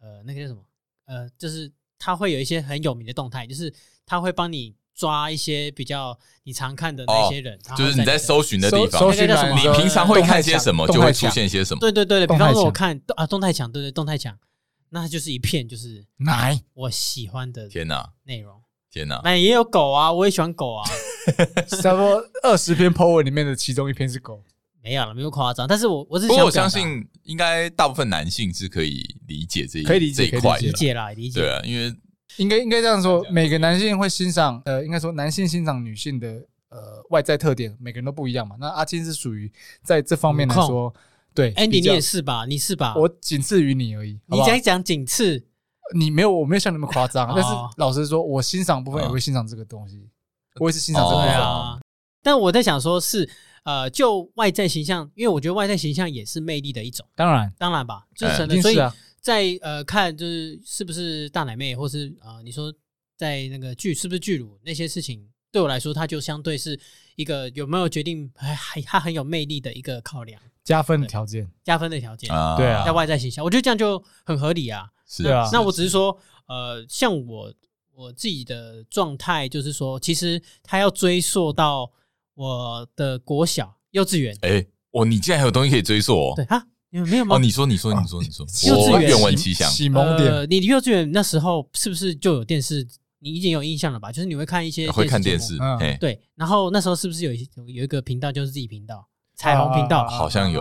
S3: 呃那个叫什么呃，就是它会有一些很有名的动态，就是它会帮你抓一些比较你常看的那些人，然后
S1: 哦就是你在
S3: 的
S1: 搜寻的地
S2: 搜
S1: 方
S2: 搜，
S3: 那
S2: 寻
S3: 个叫什
S2: 栏
S3: 么
S1: 你
S2: 说
S1: 平常会看些什么，就
S2: 动态
S1: 会
S2: 墙
S1: 出现些什么。
S3: 对对对对，比
S2: 动态
S3: 方
S2: 墙
S3: 说我看啊动态墙，对对动态墙，那就是一片就是
S2: 奶
S3: 我喜欢的
S1: 天哪，
S3: 内容。
S1: 天哪！
S3: 那也有狗啊，我也喜欢狗啊，
S2: 差不多二十篇 po 文里面的其中一篇是狗，
S3: 没有了，没有夸张，但是我我只是
S1: 不过我
S3: 想表
S2: 啊
S1: 相
S3: 达
S1: 信，应该大部分男性是可以理解这一
S2: 可以理解
S1: 这一块
S2: 可以
S1: 的
S3: 理，解啦，理解
S1: 对啊，因为
S2: 应该应该这样说，每个男性会欣赏，呃，应该说男性欣赏女性的呃外在特点，每个人都不一样嘛。那阿金是属于在这方面来说，对
S3: Andy，
S2: 比
S3: 你
S2: 较
S3: 也是吧？你是吧？
S2: 我仅次于你而已。好
S3: 你
S2: 不好
S3: 讲讲仅次，
S2: 你没有，我没有像你们夸张
S3: 哦，
S2: 但是老实说，我欣赏部分也会欣赏这个东西，我也是欣赏这
S1: 哦
S2: 个部
S3: 对
S2: 分。
S3: 啊。 [laughs] 但我在想说是，呃，就外在形象，因为我觉得外在形象也是魅力的一种，
S2: 当然，
S3: 当然吧，就是
S1: 哎
S3: 真
S2: 一
S3: 的。
S2: 定
S3: 所以
S2: 是啊，
S3: 在呃看就是是不是大奶妹，或是呃你说在那个巨是不是巨乳那些事情，对我来说，它就相对是一个有没有决定还还它很有魅力的一个考量，
S2: 加分的条件。
S3: 加分的条件，
S1: 啊，
S2: 对啊
S3: 在外在形象，我觉得这样就很合理啊。
S1: 是
S2: 对啊
S3: 那我只是说，呃，像我我自己的状态，就是说，其实它要追溯到我的国小、幼稚园，
S1: 哎，哦，你竟然还有东西可以追溯
S3: 对
S1: 哦！
S3: 啊，你们没有吗？
S1: 哦，你说，你说，你说，你说，
S3: 幼稚
S1: 我
S3: 园
S1: 愿闻其详。
S2: 启蒙点，
S3: 呃，你幼稚园那时候是不是就有电视？你已经有印象了吧？就是你会看一些
S1: 会看电
S3: 节
S1: 视
S3: 目，
S2: 嗯
S1: 哎，
S3: 对。然后那时候是不是有一有有一个频道就是自己频道，彩虹频道？
S2: 啊
S1: 好像有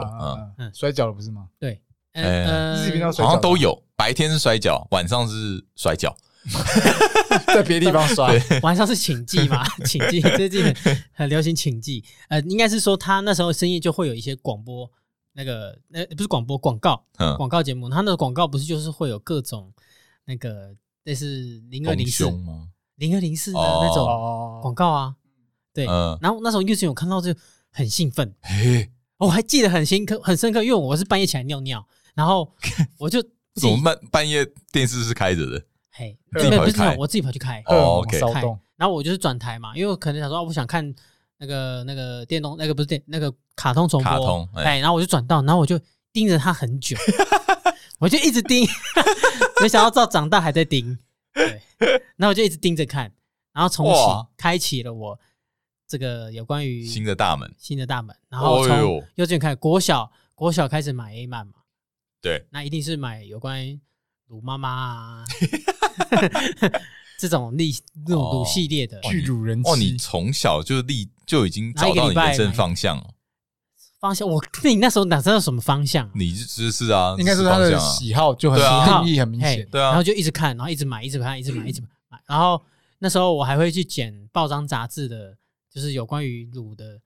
S3: 嗯
S2: 摔跤了不是吗？
S3: 对，呃
S1: 哎
S3: 呃
S2: 自己频道
S1: 好像都有。白天是摔跤，晚上是摔跤，
S2: 在别的地方摔，
S3: 呃晚上是请记
S1: [laughs]
S3: 嘛，请记最近很很流行请记。呃，应该是说他那时候深夜就会有一些广播，那个呃不是广播广告
S1: 嗯，
S3: 广告节目，他那个广告不是就是会有各种那个类似零二
S1: 丰
S3: 零四
S1: 胸吗？
S3: 零二零四的
S1: 哦
S3: 那种
S2: 哦
S3: 广，告啊，对。
S1: 嗯，
S3: 然后那时候幼稚园我看到就很兴奋，
S1: 嘿，
S3: 我还记得很深刻很深刻，因为我是半夜起来尿尿，
S1: [laughs]
S3: 然后我就自
S1: 怎么
S3: 己
S1: 半半夜电视是开着的？
S3: 嘿，
S2: 自己
S3: 没有
S1: 跑
S3: 不
S1: 去
S3: 是那种
S1: 开
S3: 我自己跑去开，
S1: 哦
S2: 荷尔蒙
S1: OK
S2: 骚
S3: 开
S2: 动，
S3: 然后我就是转台嘛，因为我可能想说，啊我想看那个那个电动那个不是电那个卡通重播，
S1: 卡通哎
S3: 哎，然后我就转到，然后我就盯着它
S1: [laughs]
S3: 很久，我就一直盯， [laughs] 没想到到长大还在盯，
S1: [laughs]
S3: 对，然后我就一直盯着看，然后重启
S1: 哇
S3: 开启了我这个有关于
S1: 新的大门，
S3: 新的大门，然后
S1: 哎
S3: 从
S1: 呦
S3: 幼稚园开始，国小国小开始买 A 漫嘛，
S1: 对，
S3: 那一定是买有关于鲁妈妈啊 [laughs] 这种历这种鲁系列的，
S2: 哦巨乳人
S1: 哦，你
S2: 妻，
S1: 从小就立就已经
S3: 哪
S1: 找
S3: 一个
S1: 到
S3: 礼
S1: 你
S3: 拜
S1: 人生
S3: 哪一
S1: 方向了，
S3: 方向，我那你那时候哪知道什么方向啊？
S1: 你是是啊，
S2: 应该
S1: 是
S2: 说他
S1: 方
S2: 的
S1: 向啊，
S2: 喜好就很
S1: 对啊
S2: [laughs] 定义很明显
S3: 嘿，
S1: 对啊
S3: 然后就一直看，然后一直买，一直看，一直买，一直买。然后那时候我还会去捡报章杂志的，就是有关于乳的，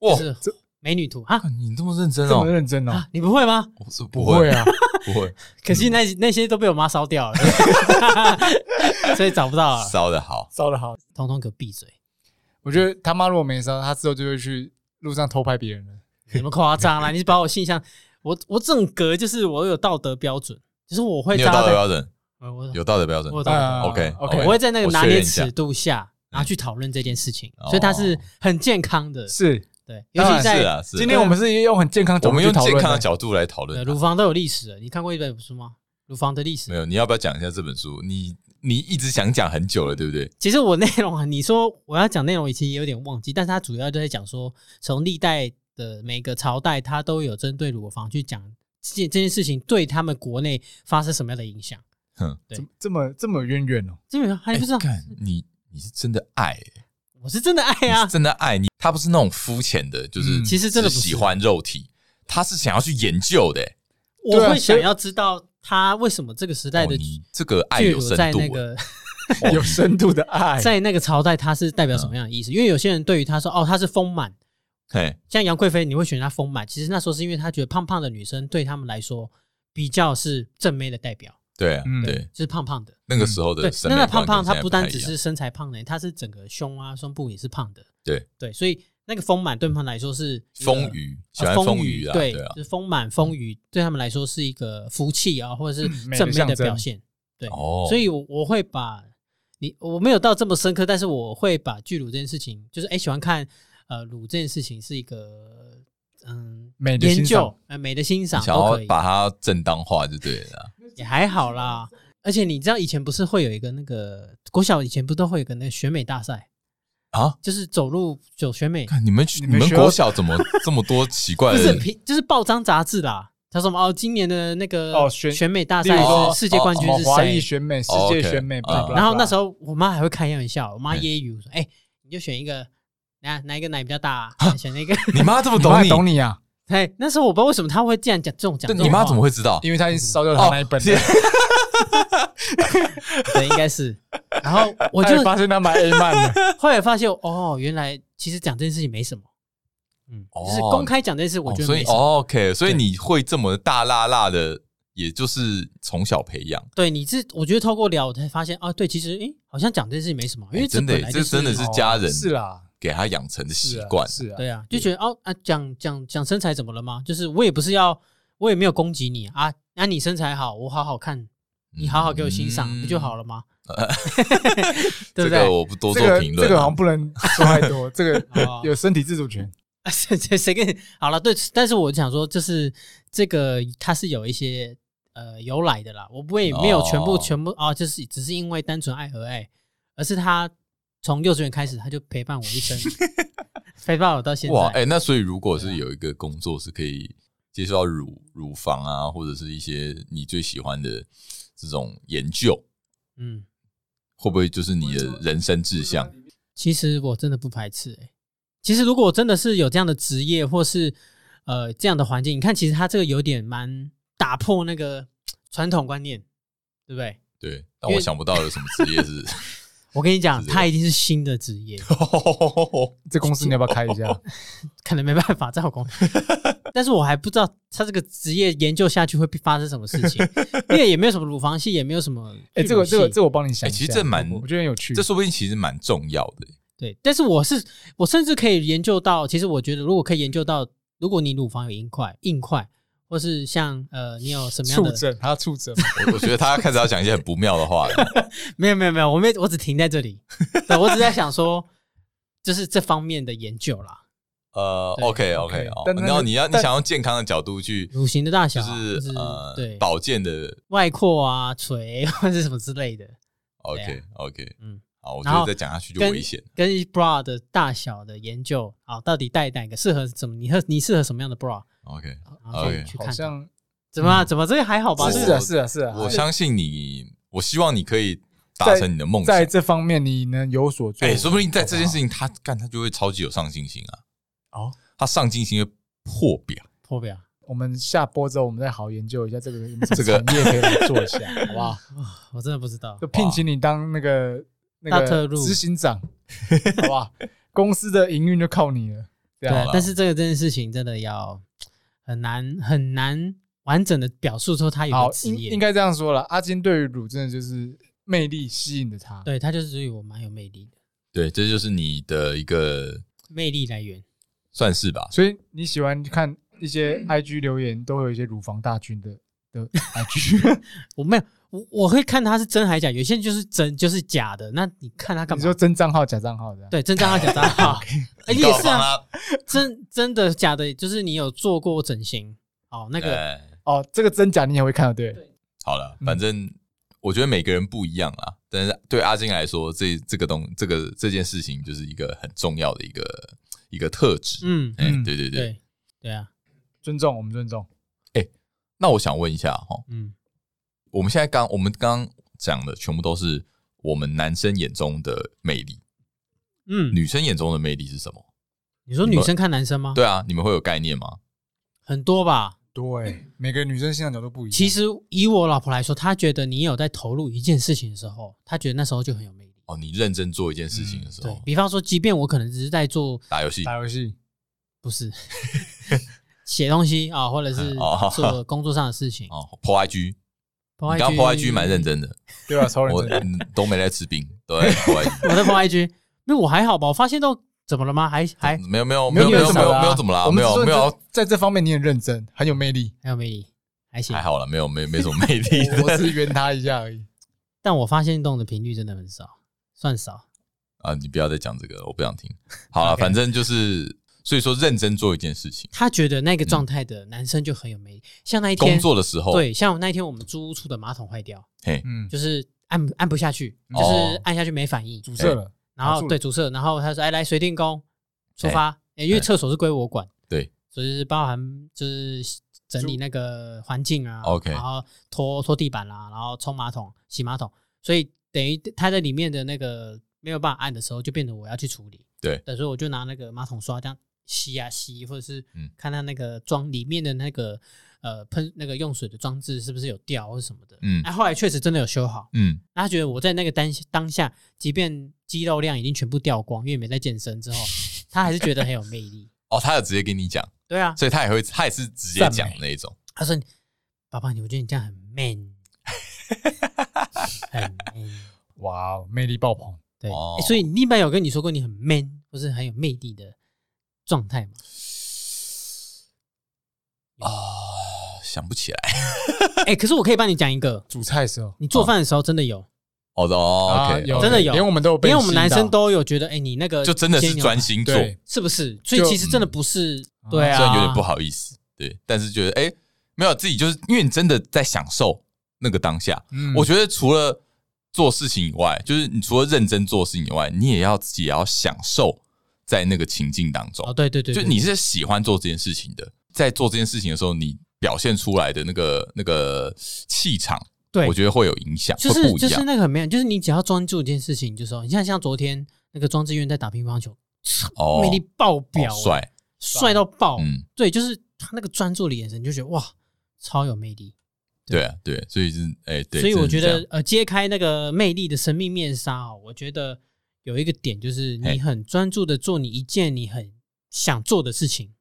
S1: 哇
S3: 就，是美女图啊
S1: 啊你这么认真
S2: 这
S1: 哦
S2: 么？认真哦，
S3: 啊！你不会吗？
S1: 我是不
S2: 不会
S1: 会，
S2: 啊， [laughs]
S1: 不会，
S3: 可惜那那些都被我妈烧掉了， [laughs] 所以找不到了。
S1: 烧的好，
S2: 烧的好。
S3: 通通给我闭嘴！
S2: 我觉得他妈如果没烧，他之后就会去路上偷拍别人了。
S3: 你们夸张啦！你把我性向，我我这种格就是我有道德标准，就是我会
S1: 你有
S3: 扎
S1: 道德
S3: 在，
S1: 标准，
S3: 呃我我
S1: 有道德标准哦
S3: 我，有道德，
S2: 啊
S1: OK，
S2: OK，
S3: 我会在那个拿
S1: 我确认
S3: 捏
S1: 一下嗯
S3: 尺度下，然后去讨论这件事情，
S1: 哦
S3: 所以它是很健康的。
S2: 是
S3: 对，尤
S2: 当然
S3: 其
S1: 是
S3: 在
S1: 啊，是啊
S2: 今天我们是用很健康角
S1: 我
S2: 度
S1: 们
S2: 去
S1: 用
S2: 讨
S1: 健
S2: 论
S1: 康的
S2: 的，
S1: 角度来讨论
S3: 呃
S1: 它，
S3: 乳房都有历史的，你看过一本书吗？乳房的历
S1: 啊没
S3: 史。
S1: 有，你要不要讲一下这本书？你你一直想讲很久了，对不对？
S3: 其实我内容啊，你说我要讲内容，以前也有点忘记，但是它主要就在讲说，从历代的每个朝代，它都有针对乳房去讲这件这件事情对他们国内发生什么样的影响。对
S2: 怎么这么这么有渊源哦。
S3: 这个还不知道
S1: 哎，干你你是真的爱、欸，
S3: 我是真的爱
S1: 你
S3: 啊
S1: 是，真的爱你，他不是那种肤浅的，就是、
S2: 嗯
S3: 其实真的
S1: 只
S3: 不是
S1: 喜欢肉体，他是想要去研究的、欸。
S3: 我
S2: 对啊
S3: 会
S2: 所以
S3: 想要知道他为什么这个时代
S1: 哦
S3: 的
S1: 你这个爱
S3: 巨
S1: 有
S3: 乳
S1: 深
S3: 在
S1: 度、
S3: 那
S1: 欸，
S3: 个
S2: 有深度的
S1: [laughs]
S2: 爱，哦
S3: 在那个朝代它是代表什
S1: 嗯
S3: 么样的意思？因为有些人对于他说哦，他是丰满，
S1: 嘿，
S3: 像杨贵妃，你会选她丰满，其实那时候是因为她觉得胖胖的女生对他们来说比较是正妹的代表，
S1: 对啊，
S2: 嗯
S1: 对，
S3: 就是胖胖的。
S1: 那个时候
S3: 对
S1: 的，审
S3: 那
S1: 美
S3: 那
S1: 观跟
S3: 胖胖
S1: 现在
S3: 她不
S1: 太
S3: 单只
S1: 一样
S3: 是身材胖的，她是整个胸啊、胸部也是胖的。
S1: 对
S3: 对，所以那个丰满对他们来说是一个
S1: 丰腴，喜
S3: 啊
S1: 欢
S3: 丰
S1: 丰腴啊，
S3: 对
S1: 对啊，
S3: 就是丰满丰腴对他们来说是一个福气啊，或者是
S2: 嗯美的
S3: 正面
S2: 象
S3: 的
S2: 征
S3: 表现。对
S1: 哦，
S3: 所以我我会把你我没有到这么深刻，但是我会把巨乳这件事情，就是哎、诶喜欢看呃乳这件事情是一个嗯
S2: 美的
S3: 研
S2: 欣赏
S3: 究呃美的欣
S1: 你
S3: 赏
S1: 想
S3: 都
S1: 要
S3: 可以，
S1: 把它正当化就对了啊。
S3: 也还好啦。而且你知道以前不是会有一个那个国小以前不都会有一个那个选美大赛，
S1: 啊，
S3: 就是走路九选美，
S1: 看你们你
S2: 你们
S1: 们
S2: 学
S1: 国小怎么这么多奇怪
S3: 不
S1: 的？
S3: 是平就是报章杂志啦。他说什么哦，今年的那个
S2: 哦选
S3: 选美大
S2: 例如
S3: 赛
S2: 说
S3: 是世界冠军
S2: 哦
S3: 是
S2: 华裔
S3: 谁？
S2: 选美、世
S1: 哦
S2: 界
S1: ，OK，
S2: 选美
S1: 嗯，
S2: blah blah
S3: 然后
S2: blah
S3: 那时候我妈还会开玩笑，我妈
S1: 嗯
S3: 揶揄我说：“哎，你就选一个，哪哪一个奶比较大啊？选那个。 [laughs]
S1: 你妈这么
S2: 你妈
S1: 懂
S2: 也
S1: 你，
S2: 懂你啊，”
S3: 哎，那时候我不知道为什么她会这样讲这种讲
S1: 对
S3: 这种话。
S1: 你妈怎么会知道？
S2: 因为他已经烧掉了他那一
S1: 哦
S2: 本了，
S3: 对，应该是。然后我
S2: [laughs] 他
S3: 就
S2: 也发现他买 A 漫了，
S3: 后来发现，哦，原来其实讲这件事情没什么，嗯，
S1: 哦
S3: 就是公开讲这件事，我
S1: 哦
S3: 觉得
S1: 所
S3: 没
S1: 以
S3: 什
S1: 哦
S3: 么。
S1: OK，所以
S3: 对
S1: 你会这么大辣辣的，也就是从小培养。
S3: 对，你是我觉得透过聊，我才发现啊，对，其实诶，好像讲这件事情没什么，因
S1: 哎
S3: 为
S1: 真的
S3: 本来
S1: 这
S3: 就
S1: 真 [laughs] 的是家人
S2: 哦是啦，
S1: 给他养成的习
S2: 是啊
S1: 惯，
S2: 是啊，
S3: 对啊，就觉得哦啊，讲讲讲身材怎么了吗？就是我也不是要，我也没有攻击你啊，那、你身材好，我好好看，
S1: 嗯
S3: 你好好给我欣赏、不就好
S1: 了？[laughs]
S3: 了吗？ [laughs]
S1: 这
S3: 对不对？
S1: 个我不多
S2: 这
S1: 做
S2: 个
S1: 评论啊。
S2: 这个好像不能说太多，这 [laughs] 个
S3: 哦
S2: 有身体自主权，
S3: 啊 [laughs] 谁谁谁跟你好了？对，但是我想说，就是这个它是有一些呃由来的啦。我不会没有全部、
S1: 哦
S3: 全部啊，就是只是因为单纯爱和爱，而是他从幼稚园开始，他就陪伴我
S1: [laughs]
S3: 一生，陪伴我到现在。啊
S1: 哇，哎、那所以如果是有一个工作是可以接触到乳乳房啊，或者是一些你最喜欢的这种研究，
S3: 嗯，
S1: 会不会就是你的人生志向？
S3: 其实我真的不排斥、欸。其实如果真的是有这样的职业，或是呃这样的环境，你看，其实他这个有点蛮打破那个传统观念，对不对？
S1: 对，但我想不到有什么职业
S3: [laughs]
S1: 是。 [laughs]
S3: 我跟你讲，
S1: 是的
S3: 他一定是新的职业。
S2: 这公司你要不要开一下？
S3: 可能没办法在我
S2: [laughs]
S3: 公司，但是我还不知道他这个职业研究下去会发生什么事情，因为也没有什么乳房系，也没有什
S2: [laughs]
S3: 么
S2: 哎，
S3: 巨乳
S2: 这个这个
S3: 系
S2: 这个我帮你想
S1: 哎
S2: 一下，
S1: 其实这蛮
S2: 我觉得很有趣
S1: 这，说不定其实蛮重要的、
S3: 对，但是我是我甚至可以研究到，其实我觉得如果可以研究到，如果你乳房有硬块、硬块，或是像呃你有什么样
S2: 触
S3: 的，
S2: 诊，他触诊，
S1: 我我觉得他开始要讲一些很不妙的话了。
S3: 没有没有没有，我没我只停在这里，对我只是在想说，就是这方面的研究啦，
S1: 呃
S3: 对
S1: ，OK OK，
S2: OK，
S1: 哦，
S2: 但
S1: 然后
S2: 但
S1: 你要你
S2: 但
S1: 想用健康的角度去，
S3: 乳型的大小
S1: 就
S3: 啊、
S1: 是
S3: 是
S1: 呃
S3: 对
S1: 保健的
S3: 外扩啊、垂或是什么之类的，对
S1: OK
S3: 啊
S1: OK，嗯
S3: 嗯，
S1: 好，我觉
S3: 然
S1: 得
S3: 后
S1: 再讲下去就
S3: 跟
S1: 危险。
S3: 跟 bra 的大小的研究啊，到底戴哪个适合什么？你和你适合什么样的 bra？
S1: OK，
S3: 然后可以
S1: OK
S3: 去看
S2: 好
S3: 看。
S2: 像
S3: 怎么啊？怎么这个还好吧？
S1: 我
S3: 这
S2: 是
S3: 个
S2: 啊是啊是啊，
S1: 我相信你，我希望你可以达成你的梦想
S2: 在。这方面你能有所作
S1: 哎，
S2: 为，
S1: 说不定在这件事
S2: 情
S1: 情他干他就会超级有上进心啊，
S2: 哦。
S1: 他上进心会破表。
S3: 破表，
S2: 我们下播之后，我们再好好研究一下
S1: [laughs]
S2: 这个
S1: 这
S2: 这
S1: 个
S2: 个产业可以来做一下，好
S1: [laughs]
S2: 不好？
S3: 啊我真的不知道
S2: 就。聘请你当那个那
S3: 大特
S2: 个
S3: 助
S2: 执行长，好不好？公司的营运就靠你了，
S3: 对
S2: 这样
S1: 好
S3: 啊
S1: 啦，
S3: 但是这个这件事情真的要很难很难完整的表述出他有
S2: 好
S3: 个，职
S2: 应
S3: 业。
S2: 应该这样说了。阿金对于乳真的就是魅力吸引着他，
S3: 对他就是对我蛮有魅力的，
S1: 对，这就是你的一个
S3: 魅力来源。
S1: 算是吧。
S2: 所以你喜欢看一些
S3: 嗯
S2: IG 留言，都会有一些乳房大军的
S3: [laughs]
S2: 的 IG，
S3: 我没有，我我会看他是真还假，有些就是真就是假的。那你看他干
S2: 你
S3: 嘛
S2: 说？真账号假账号这样？
S3: 对，真账号假账号，哎
S1: 你
S3: 也
S1: 告诉
S3: 是啊，
S1: 他，
S3: 真真的假的，就是你有做过整形哦，那个
S1: 哎
S2: 哦，这个真假你也会看的，对
S3: 对。
S1: 好了，
S2: 嗯
S1: 反正我觉得每个人不一样啦。但是对阿金来说，这这个东这个这件事情就是一个很重要的一个一个特质。
S3: 嗯，
S1: 哎，
S2: 嗯
S1: 对对对。
S3: 对对啊，
S2: 尊重，我们尊重。
S1: 那我想问一下哈，
S3: 嗯，
S1: 我们现在刚我们刚讲的全部都是我们男生眼中的魅力，
S3: 嗯，哦
S1: 女生眼中的魅力是什么？
S3: 你说女生看男生吗？，
S1: 对啊，你们会有概念吗？
S3: 很多吧。
S2: 对，每个女生欣赏角度不一样。
S3: 嗯其实以我老婆来说，她觉得你有在投入一件事情的时候，她觉得那时候就很有魅力。
S1: 哦，你认真做一件事情的时候，
S3: 嗯对比方说，即便我可能只是在做
S1: 打游戏，
S2: 打游戏，
S1: [laughs]
S3: 不是写东西啊，或者是
S1: 哦
S3: 做工作上的事情，
S1: 哦，po IG，
S3: PO
S1: 你刚
S3: IG
S1: po IG 蛮认，真的，
S2: 对吧？超
S1: 我
S2: 认真。
S1: 嗯都没在吃冰，对 po IG
S3: 我在 po IG，那我还好吧？我发现到怎么了
S1: [laughs]
S3: 吗？还还
S1: 没有没有没有没有
S3: 没有
S1: 没
S3: 什么
S1: 有
S3: 啦
S1: 没有怎么啦，
S2: 我
S1: 没
S2: 们只
S1: 有啊
S2: 说
S1: 没有
S2: 在这方面你很认真，很有
S1: [laughs]
S2: 魅力。
S3: 还有魅力，还行
S1: 还。好了，没有没有没什么魅
S2: [laughs]
S1: 力
S2: 我我
S1: 的
S2: 只是圆他一下而已。
S3: 但我发现动的频率真的很少，算少。
S1: 啊，你不要再讲这个了，我不想听。好了，
S3: OK
S1: 反正就是，所以说认真做一件事情，
S3: 她觉得那个状态的男生就很有魅力，像那一天
S1: 嗯工作的时候，
S3: 对，像那一天我们租屋处的马桶坏掉，
S1: 嘿，
S2: 嗯，
S3: 就是按按不下去，
S2: 嗯
S3: 就是
S1: 哦
S3: 按下去没反应，
S2: 堵塞了。
S3: 然
S2: 好
S3: 后
S2: 处
S3: 对主厕，然后他说：“哎，来水电工出发。哎因为
S1: 哎
S3: 厕所是归我管，
S1: 对，
S3: 所以是包含就是整理那个环境啊
S1: OK
S3: 然后拖拖地板啦、然后冲马桶、洗马桶，所以等于他在里面的那个没有办法按的时候，就变成我要去处理。
S1: 对
S3: 所以我就拿那个马桶刷这样吸啊吸，或者是
S1: 嗯
S3: 看他那个装里面的那个呃喷那个用水的装置是不是有掉或者什么的。
S1: 嗯
S3: 哎、后来确实真的有修好。
S1: 嗯，
S3: 那他觉得我在那个当当下，即便肌肉量已经全部掉光，因为没在健身之
S1: [laughs]
S3: 后，他还是觉得很有魅力。
S1: 哦，他有直接跟你讲，
S3: 对啊，
S1: 所以他也会，他也是直接
S2: 赞美
S1: 讲那一种。
S3: 他说：“爸爸，你我觉得你这样很
S1: [laughs]
S3: man，很 man。
S2: 哇哦，魅力爆棚！”
S3: 对、哎
S1: 哦
S3: 诶所以你另外有跟你说过你很 man 或是很有魅力的状态吗？
S1: 哦，想不起来。
S3: 哎、可是我可以帮你讲一个，
S2: 煮菜的时候
S3: 你做饭的时候真的有，
S1: 哦的哦
S2: 啊
S1: ，OK，
S2: 有
S3: 真的有
S2: 连我们都有被
S3: 因
S2: 吸
S3: 为我
S2: 到，
S3: 们男生都有觉得，哎、你那个
S1: 就真的
S3: 煎
S1: 是
S3: 牛
S1: 专
S3: 排
S1: 心做，
S2: 对
S1: 虽，
S3: 是不是？所以
S2: 就
S3: 其实真的不是，
S2: 啊
S3: 对啊，
S1: 然有点不好意思，对，但是觉得哎，没有自己就是因为你真的在享受那个当下。
S2: 嗯
S1: 我觉得除了做事情以外，就是你除了认真做事情以外，你也要自己也要享受在那个情境当中
S3: 哦，。对对对
S1: 就
S3: 对
S1: 你是喜欢做这件事情的，在做这件事情的时候，你表现出来的那个那个气场，
S3: 对
S1: 我觉得会有影响，
S3: 就
S1: 会
S3: 是
S1: 不一
S3: 就是
S1: 样。
S3: 那个很没有，就是你只要专注一件事情，就说你像像昨天那个庄志渊在打乒乓球，
S1: 哦，
S3: 魅力啊爆
S1: 好
S3: 表，
S1: 帅，
S3: 帅到爆，
S1: 嗯，
S3: 对，就是他那个专注的眼神，你就觉得哇，超有魅力。
S1: 对啊，对，所以是哎，对，
S3: 所以我觉
S1: 真的是
S3: 得呃，揭开那个魅力的神秘面纱哦，我觉得有一个点就是
S1: 嘿
S3: 你很专注的做你一件你很想做的事情，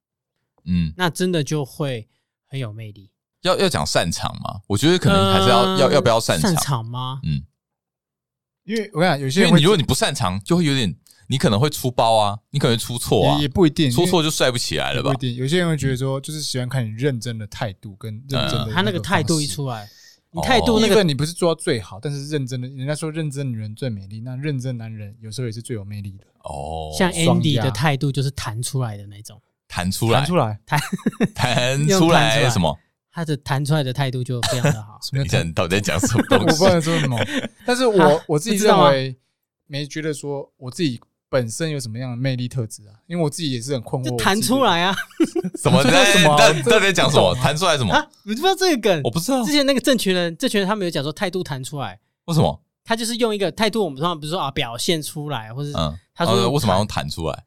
S1: 这样嗯，
S3: 那真的就会很有魅力。
S1: 要要讲擅长嘛，我觉得可能还是要要
S3: 呃
S1: 要不要擅长
S3: 擅，长吗？
S1: 嗯，
S2: 因为我跟你讲，有些
S1: 因
S2: 人
S1: 为
S2: 会
S1: 你如果你不擅长，就会有点，你可能会出包啊，你可能会出错啊
S2: 也也，不一定
S1: 出
S2: 因为
S1: 错就帅不起来了
S2: 也
S1: 吧
S2: 不一？定，有些人会觉得说，就是喜欢看你认真的态度跟认真的、
S1: 嗯
S3: 他那个态度一
S2: 出。
S3: 出来，你
S1: 哦
S3: 态度那
S2: 那
S3: 个
S2: 个你不是做到最好，但是认真的，人家说认真女人最美丽，那认真男人有时候也是最有魅力的。
S1: 哦，
S3: 像
S2: 双
S3: Andy
S2: 压
S3: 的态度就是弹出来的那种，
S1: 弹出
S2: 弹
S1: 来，
S2: 出来，。
S1: 弹
S3: 用
S1: 出
S3: 弹出
S1: 来
S3: 来
S1: 什么？
S3: 他的弹出来的态度就非常
S1: [laughs]
S3: 的好
S2: 什么
S1: 等一下，
S2: 叫弹？
S1: 你到底在讲什么
S2: [laughs] 我
S1: 东
S2: 不
S1: 西
S2: 知？道说什
S1: [laughs]
S2: 么，但是我
S3: 哈
S2: 我自己
S3: 不知道
S2: 认
S3: 吗
S2: 为没觉得说我自己本身有什么样的魅力特质啊，因为我自己也是很困惑
S3: 就
S2: 我自己的。
S3: 弹出来啊
S1: 什么？
S2: 这
S1: 在
S2: 叫什
S1: [laughs]
S2: 么啊
S1: 到
S2: 这
S1: 底到底在讲什么？弹出来什么？
S3: 啊！你知道这个梗
S1: 我？不知道
S3: 之前那个郑群人，郑群人他们有讲说态度弹出来，
S1: 为什么。
S3: 他就是用一个态度，我们通常不是说啊表现出来，或是
S1: 嗯，
S3: 他说
S1: 呃为什么要弹出来？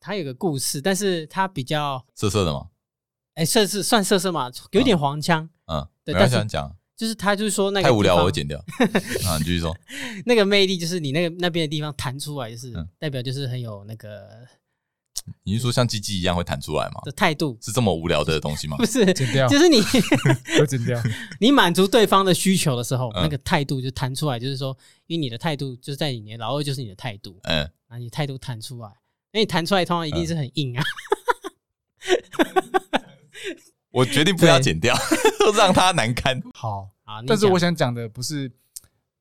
S3: 他有个故事，但是他比较
S1: 色色的吗？
S3: 哎算是算色色嘛，有一点黄腔，
S1: 嗯，
S3: 对
S1: 没关
S3: 但
S1: 系，
S3: 是
S1: 这样讲
S3: 就是他就是说那个
S1: 太无聊，
S3: 地
S1: 我
S3: 方
S1: 会剪掉。
S3: [laughs]
S1: 啊，你继续说。
S3: 那个魅力就是你那个那边的地方弹出来，就是
S1: 嗯
S3: 代表就是很有那个
S1: 你是说像鸡鸡一样会弹出来吗？
S3: 的态度，
S1: 是这么无聊的东西吗
S3: 不？是
S2: 剪掉，
S3: 就是你
S1: [laughs]
S2: 都剪掉。
S3: 你满足对方的需求的时候，
S1: 嗯
S3: 那个态度就弹出来，就是说，因为你的态度就是在你的老二就是你的态度，
S1: 嗯，
S3: 啊，你态度弹出来，那你弹出来通常一定是很硬啊，
S1: 我决定不要
S3: 对
S1: 剪掉， [laughs] 让他难堪。
S2: 好，
S3: 啊，你
S2: 但是我
S3: 讲
S2: 想讲的不是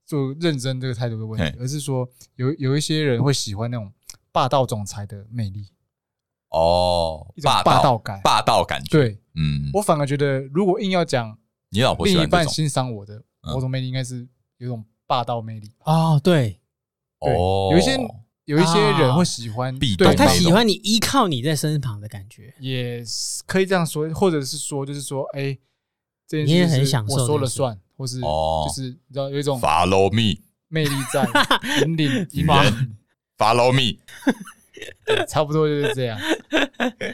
S2: 就认真这个态度的问
S1: 嘿
S2: 题，而是说有有一些人会喜欢那种霸道总裁的魅力，
S1: 哦
S2: 一，种
S1: 霸
S2: 霸
S1: 道
S2: 道感。
S1: 霸道感觉。
S2: 对
S1: 嗯，
S2: 我反而觉得，如果硬要讲
S1: 你老婆喜
S2: 另一
S1: 欢这
S2: 半
S1: 种
S2: 欣赏我的
S1: 嗯
S2: 某种魅力，应该是有一种霸道魅力。
S3: 哦，对，
S2: 对
S1: 哦，啊
S2: 有一些有一些人会喜欢
S1: 壁
S2: 对
S1: 咚
S3: 哦他
S1: 那
S3: 喜
S1: 种
S3: 欢你依靠你在身旁的感觉，
S2: 也是可以这样说，或者是说，就是说，哎，这件
S3: 你也
S2: 事
S3: 很
S2: 是
S3: 享受
S2: 我说了
S3: 这件事
S2: 算，或是
S1: 哦
S2: 就是你知道有一种
S1: follow me，follow
S2: 魅力在
S1: [laughs]
S2: 引领
S1: 女
S2: 引发，
S1: 人 me。
S2: 差不多就是 [laughs] 这样。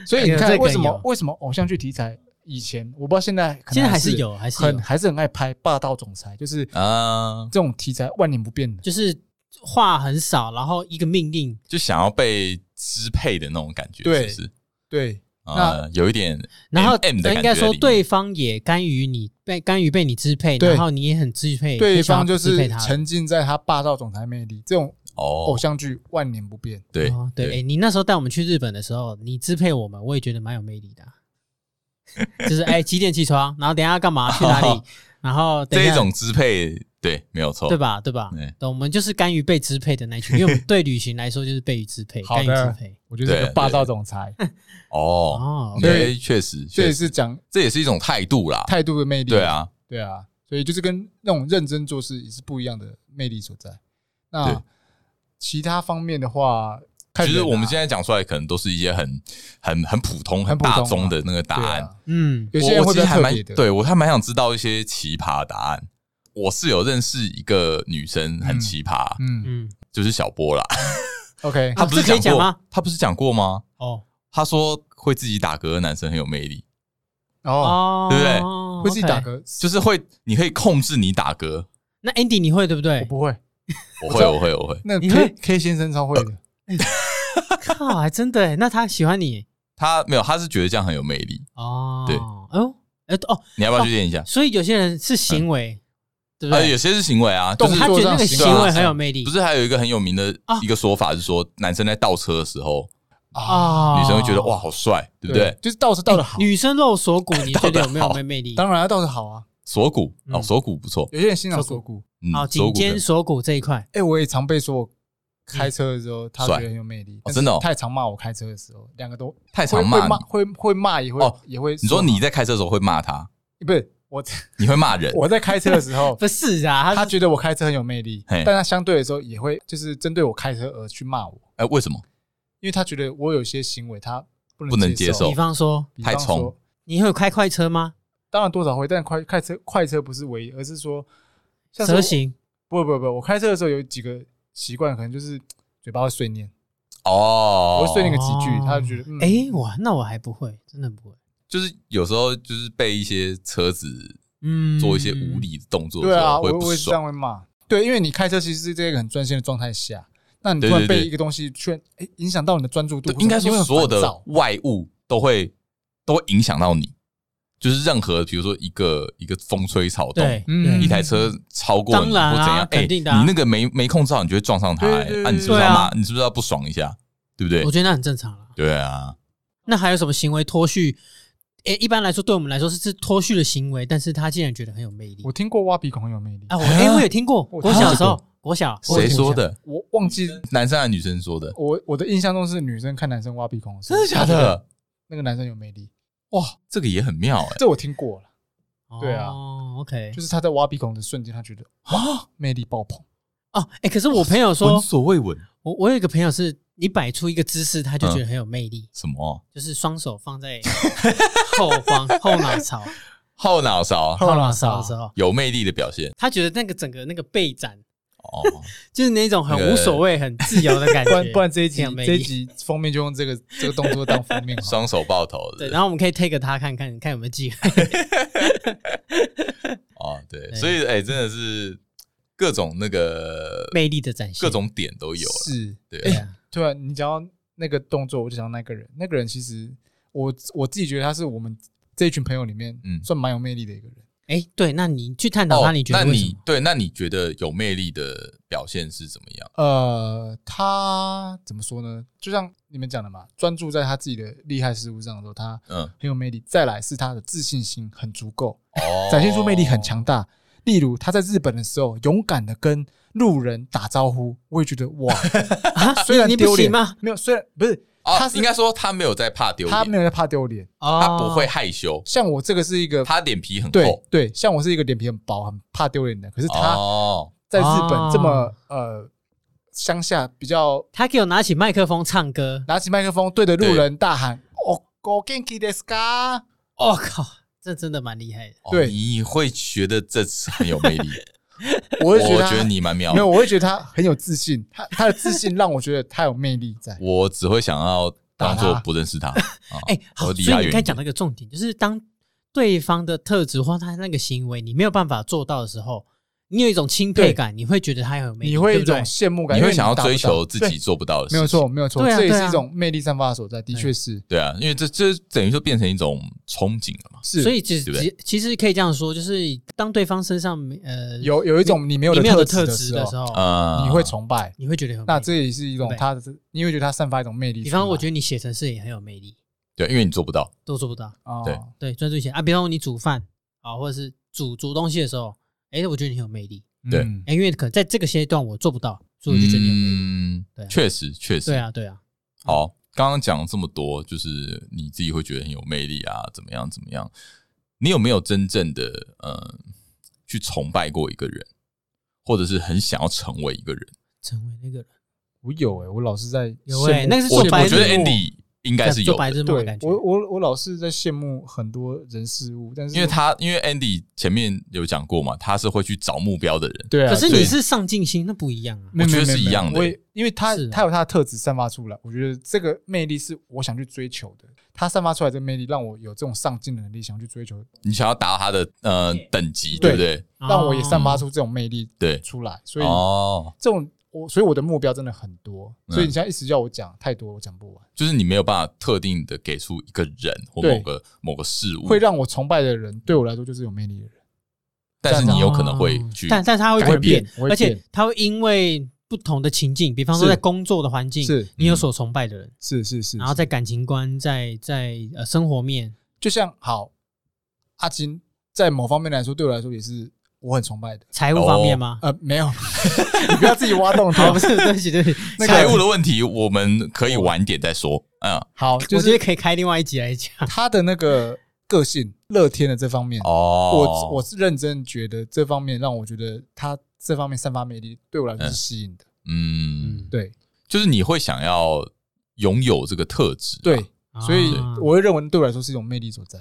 S2: 所以你
S3: 有这个
S2: 看，为什么
S3: 有
S2: 为什么偶像剧题材以前我不知道现在可能
S3: 现在还
S2: 还
S3: 是有，还是
S2: 很
S3: 有，
S2: 还是很爱拍霸道总裁，就是这
S1: 啊，
S2: 种题材万年不变的。
S3: 就是话很少，然后一个命令，
S1: 就想要被支配的那种感觉，
S2: 对
S1: 是不是？
S2: 对，
S1: 啊，有一点 M，
S3: 然后
S1: M 的感觉在里面。
S3: 应该说对方也甘于你被甘于被你支配，
S2: 对
S3: 然后你也很支配，
S2: 对
S3: 很想要
S2: 方就
S3: 支配
S2: 是
S3: 他
S2: 沉浸在他霸道总裁魅力，这种
S1: 哦
S2: 偶，像剧万年不变。
S1: 对
S3: 哦对，哎、你那时候带我们去日本的时候，你支配我们，我也觉得蛮有魅力的啊、就是哎、几点起床，然后等一下要干嘛，去哪里，然后等
S1: 哦这
S3: 下
S1: 一种支配，对，没有错，
S3: 对？吧？对吧？
S1: 对
S3: 对，我们就是甘于被支配的那一群，因为我们对旅行来说就是被支配，
S2: 好
S3: 甘
S2: 的
S3: 于支配。
S2: 我觉得是
S1: 对
S2: 个霸道总 [laughs] 裁，
S1: 哦，
S3: 哦，
S2: 对
S1: 对，确实，
S2: 这
S1: 确
S2: 也
S1: 实，
S2: 是讲
S1: 这也是一种态度啦。
S2: 态度的魅力。
S1: 对，啊，
S2: 对啊，所以就是跟那种认真做事也是不一样的魅力所在。
S1: 对
S2: 那其他方面的话，看
S1: 其实
S2: 人啊
S1: 我们现在讲出来，可能都是一些很很很普通、
S2: 很
S1: 很
S2: 普通啊
S1: 大众的那个答
S2: 对啊
S1: 案。
S3: 嗯，
S2: 有些人
S1: 我
S2: 会
S1: 我
S2: 比
S1: 其
S2: 较
S1: 实还
S2: 特
S1: 蛮
S2: 别的，
S1: 对我还蛮想知道一些奇葩答案。我是有认识一个女生很
S2: 嗯
S1: 奇葩，
S2: 嗯
S3: 嗯，
S1: 就是小波啦。
S2: ，OK，
S1: 她不是
S3: 这可以
S1: 讲
S3: 讲
S1: 过
S3: 吗？
S1: 她不是讲过吗？
S3: 哦
S1: 她说会自己打嗝的男生很有魅力，
S2: 哦，
S3: 哦，
S1: 对不对
S2: 会自己打
S3: OK。
S2: 嗝，
S1: 就是会你可以控制你打嗝。
S3: 那 Andy 你会对不
S2: 我
S3: 对？
S2: 不会，
S1: 我会，我会，我会。
S2: 那
S3: 你会
S2: K K 先生超会的，
S3: 靠，还真的耶，那他喜欢你
S1: 她没有，她是觉得这样很有魅力。
S3: 哦。
S1: 对
S3: 哦，哎哦，
S1: 你要不要去练一下？
S3: 所以有些人是行为，对不
S1: 呃，
S3: 对？
S1: 有些是行为啊，就
S2: 动
S1: 是
S3: 他觉得那个
S2: 动
S3: 行
S2: 作
S1: 上
S3: 为很有魅力
S1: 啊不是还有一个很有名的
S3: 啊
S1: 一个说法是说，男生在倒车的时候，
S2: 啊，
S3: 啊，
S1: 女生会觉得哇好帅，对不对？？
S2: 就是倒是倒的好，
S3: 女生露锁骨，你觉
S1: 倒
S3: 得
S1: 得
S3: 有没有
S1: 好
S3: 魅力？
S2: 当然要倒是好啊。
S1: 锁骨哦，
S3: 嗯
S1: 锁骨不错，
S2: 有些人欣赏锁骨，
S1: 嗯锁
S3: 好，，颈
S1: 骨可以
S3: 肩锁骨这一块，
S2: 哎，我也常被说我开车的时候，他觉得很有魅力，但是
S1: 真的哦
S2: 太常骂我开车的时候，两个都
S1: 太
S2: 会
S1: 常
S2: 会
S1: 骂
S2: 骂
S1: 你。
S2: 会会骂也会
S1: 哦
S2: 也会。
S1: 你说你在开车的时候会骂他，
S2: 不是我在
S1: 你会骂人，
S2: 我在开车的时
S3: [laughs]
S2: 候，
S3: 不是啊，
S2: 他
S3: 他是
S2: 觉得我开车很有魅力，
S1: [laughs] 嘿
S2: 但他相对的时候也会就是针对我开车而去骂我，
S1: 哎，为什么？
S2: 因为他觉得我有些行为他不能
S1: 不能接受
S3: 比方说，
S2: 比方
S1: 太冲
S2: 说
S3: 你会有开快车吗？
S2: 当然多少会，但快开车快车不是唯一，而是说像是我
S3: 蛇形
S2: 不不不，我开车的时候有几个习惯，可能就是嘴巴会碎念，
S1: 哦，
S2: 我会碎念个几句
S3: 哦，
S2: 他就觉得嗯
S3: 哎，我那我还不会，真的不会。
S1: 就是有时候就是被一些车子
S3: 嗯，
S1: 做一些无理的动作的
S2: 对
S1: 时
S2: 啊，
S1: 候
S2: 我
S1: 会
S2: 我
S1: 不
S2: 也是这样
S1: 爽，
S2: 会骂。对，因为你开车其实是在一个很专心的状态下，那你突
S1: 对
S2: 然
S1: 对
S2: 被
S1: 对
S2: 一个东西却哎影响到你的专注度
S1: 对，应该
S2: 你会
S1: 说
S2: 很
S1: 所有
S2: 烦
S1: 的
S2: 躁
S1: 外物都会都会影响到你，就是任何比如说一个一个风吹草动，
S3: 对，
S2: 嗯
S3: 对
S1: 一台车超过你
S3: 当然啊
S1: 或怎样，哎、
S3: 肯定的啊
S1: 你那个没没控制好，你就会撞上它、
S2: 对
S1: 哎
S2: 对
S1: 啊，你是不是
S3: 对
S1: 要
S3: 啊
S1: 骂？你是不是要不爽一下？对不对
S3: 我？觉得那很正常了。
S1: 对啊，
S3: 那还有什么行为脱序？诶，一般来说，对我们来说是是脱序的行为，但是他竟然觉得很有魅力
S2: 我。听过挖鼻孔很有魅力，
S3: 啊，我诶，我有听过，
S2: 我
S3: 国小的时候，国小
S1: 谁说？的？
S2: 我忘记
S1: 男生还是女生说的？
S2: 我我的印象中是女生看男生挖鼻孔，
S1: 真的假？的？
S2: 那个男生有魅力，
S1: 哇，这个也很妙哎、
S2: 这我听过了，
S3: 我国小
S2: 对啊
S3: 哦，OK，
S2: 就是他在挖鼻孔的瞬间，他觉得哦
S1: 啊，
S2: 魅力爆棚。
S3: 哦，诶，可是我朋友
S1: 闻
S3: 说，
S1: 所未闻，
S3: 我我有一个朋友是，你摆出一个姿势，
S2: 嗯
S3: 他就觉得很有魅力，
S1: 什么
S3: 就是双手放在后
S2: [laughs]
S3: 方后脑勺，
S1: 后脑勺
S2: 后脑勺
S3: 的时候，
S1: 有魅力的表现
S3: 他觉得那个整个那个背展，
S1: 哦，
S3: 就是那种很
S1: 那个
S3: 无所谓、很自由的感
S2: [laughs] 不
S3: 觉。
S2: 然不然这一集
S3: 挺有魅
S2: 这
S3: 力
S2: 一集封面就用这个这个动作当封面
S1: [laughs]
S2: 好了，
S1: 双手抱头
S3: 对，
S1: 的
S3: 然后我们可以 take 他看看，看有没有机会。 [laughs]
S1: 哦，对，
S3: 对
S1: 所以哎、真的是各种那个
S3: 魅力的展现，
S1: 各种点都有了，
S2: 是。
S1: 对
S3: 对
S1: 啊，
S3: 啊，
S2: 对啊，你讲到那个动作，我就想到那个人。那个人其实我我自己觉得他是我们这一群朋友里面，
S1: 嗯
S2: 算蛮有魅力的一个人。
S3: 哎，对，那你去探
S2: 哦
S3: 讨他，你觉
S1: 哦那
S3: 得为什
S1: 你
S3: 么？
S1: 对，那你觉得有魅力的表现是怎么样？
S2: 呃，他怎么说呢？就像你们讲的嘛，专注在他自己的厉害事物上的时候，他
S1: 嗯，
S2: 很有魅力。再来是他的自信心很足够，
S1: 哦
S2: 展现出魅力很强大。例如他在日本的时候，勇敢的跟路人打招呼，我也觉得哇，
S3: 啊，
S2: [laughs] 虽然
S3: 你你不
S2: 丢脸
S3: 行吗？
S2: 没有，虽然不是
S1: 啊，
S2: 他
S1: 他
S2: 是
S1: 应该说他没有在怕丢脸，
S2: 他没有在怕丢脸，
S1: 他
S3: 他
S1: 不会害羞，
S2: 像我这个是一个
S1: 他脸皮很
S2: 对
S1: 厚。
S2: 对，像我是一个脸皮很薄、很怕丢脸的，可是他
S1: 哦，
S2: 在日本这么、
S3: 哦
S2: 呃乡下比较
S3: 他给我拿起麦克风唱歌，
S2: 拿起麦克风对着路人大喊“哦，我 genki d e s ka”，
S3: 我、哦靠，这真的蛮厉害的。
S1: 哦
S2: 对
S1: 你会觉得这次很有魅力。
S2: [laughs]
S1: 我
S2: 我会觉得他
S1: 觉得你蛮妙
S2: 没有，
S1: 的，
S2: 我会觉得他很有自信，他他的自信让我觉得他有魅力在。
S1: 我只会想要当
S2: 打
S1: 做
S2: 他
S1: 不认
S2: [laughs]
S1: 识他。
S3: 哎、
S1: 哎
S3: 好，
S1: 我
S3: 所
S1: 离
S3: 以
S1: 他
S3: 你
S1: 远一
S3: 刚才讲
S1: 点。
S3: 到一个重点，就是当对方的特质或他那个行为你没有办法做到的时候，你有一种钦佩感，你会觉得他很有魅力，
S2: 你会有
S3: 对
S2: 一
S3: 不
S2: 种
S3: 对
S2: 羡慕感，
S1: 你
S2: 因为
S1: 会想要
S2: 达不
S1: 追
S2: 到
S1: 求自己
S2: 对
S1: 做不到的事
S2: 没
S1: 情，
S2: 有错，。没有错，
S3: 对啊
S2: 这也
S3: 对
S2: 是
S3: 啊
S2: 一种魅力散发的所在，的确是
S1: 对啊，因为这这等于说变成一种憧憬了嘛。
S2: 是。
S3: 所以其
S1: 对不对
S3: 实其实可以这样说，就是当对方身上没呃
S2: 有有一种你没有
S3: 你
S2: 的
S3: 没有的特
S2: 特
S3: 质
S2: 的
S3: 的时，候，
S1: 啊，
S2: 你会崇拜，
S3: 哦你会觉得很有
S2: 那
S3: 魅力
S2: 这也是一种
S3: 嗯对
S2: 他的，你会觉得他散发一种魅力出来。
S3: 比方说我觉得你写程式也很有魅力，
S1: 对，因为你做不到。
S3: 都做不到。
S2: 得
S1: 对
S3: 对，专注一些啊，比方说你煮饭啊，或者是煮煮东西的时候，哎、我觉得你很有魅力，
S1: 对
S2: 嗯
S3: 哎、因为可能在这个阶段我做不到，所以我就觉得你有魅力。
S1: 嗯
S3: 对啊
S1: 确实确实
S3: 对，啊，对啊，
S1: 好，刚刚讲了这么多，就是你自己会觉得很有魅力啊，怎么样怎么样？你有没有真正的呃去崇拜过一个人，或者是很想要成为一个人？
S3: 成为那个人。
S2: 我有哎、我老是在
S3: 有
S2: 羡
S3: 欸
S2: 慕
S3: 那个是
S1: 我
S3: 做白
S1: 我
S3: 日
S1: 觉得
S3: 梦
S1: Andy 应该是有
S3: 做
S1: 的
S3: 白日梦的
S2: 对
S3: 感觉。
S2: 我我我老是在羡慕很多人事物，但是
S1: 因为他因为 Andy 前面有讲过嘛，他是会去找目标的人，
S2: 对啊，
S3: 可是
S2: 对
S3: 你是上进心，那不一样啊。
S2: 没有
S1: 我觉得
S2: 没有
S1: 是
S2: 没有
S1: 一样的
S2: 我也因为他
S3: 是啊
S2: 他有他的特质散发出来，我觉得这个魅力是我想去追求的。他散发出来这个魅力，让我有这种上进的能力，想去追求，
S1: 你想要达到他的呃等级，对
S2: 对
S1: 不对？
S2: 让我也散发
S3: 哦
S2: 出这种魅力
S1: 对，
S2: 出来。所以
S1: 哦，
S2: 这种我，所以我的目标真的很多。
S1: 嗯
S2: 所以你现在一直要我讲太多，我讲不完。
S1: 就是你没有办法特定的给出一个人或
S2: 对
S1: 某个某个事物，
S2: 会让我崇拜的人，对我来说就是有魅力的人。
S1: 但是你有可能会去，
S3: 但但是他会
S2: 改
S3: 可能
S2: 变
S3: 变，
S2: 我会
S3: 而且
S2: 变
S3: 他会因为不同的情境，比方说
S2: 是
S3: 在工作的环境，
S2: 是嗯
S3: 你有所崇拜的人，
S2: 是是是，
S3: 然后
S2: 是
S3: 在感情观，在在呃生活面，
S2: 就像好阿金，在某方面来说，对我来说也是我很崇拜的。
S3: 财务方面吗？
S2: 呃，
S3: [laughs]
S2: 没有，你不要自己挖洞
S3: 哦，
S2: 他
S3: 不。是，对不起，对不起，
S2: 那个
S1: 财务的问题，我们可以晚点再说。嗯，
S2: 好，
S3: 我
S2: [laughs] 就
S3: 觉
S2: 是
S3: 得可以开另外一集来讲。
S2: 他的那个个性，乐天的这方面，
S1: 哦
S2: 我，我是认真觉得这方面让我觉得他这方面散发魅力，对我来说是吸引的。
S1: 嗯，
S3: 嗯，
S2: 对
S1: 就是你会想要拥有这个特质啊，
S2: 对，所以
S3: 啊
S2: 我会认为对我来说是一种魅力所在。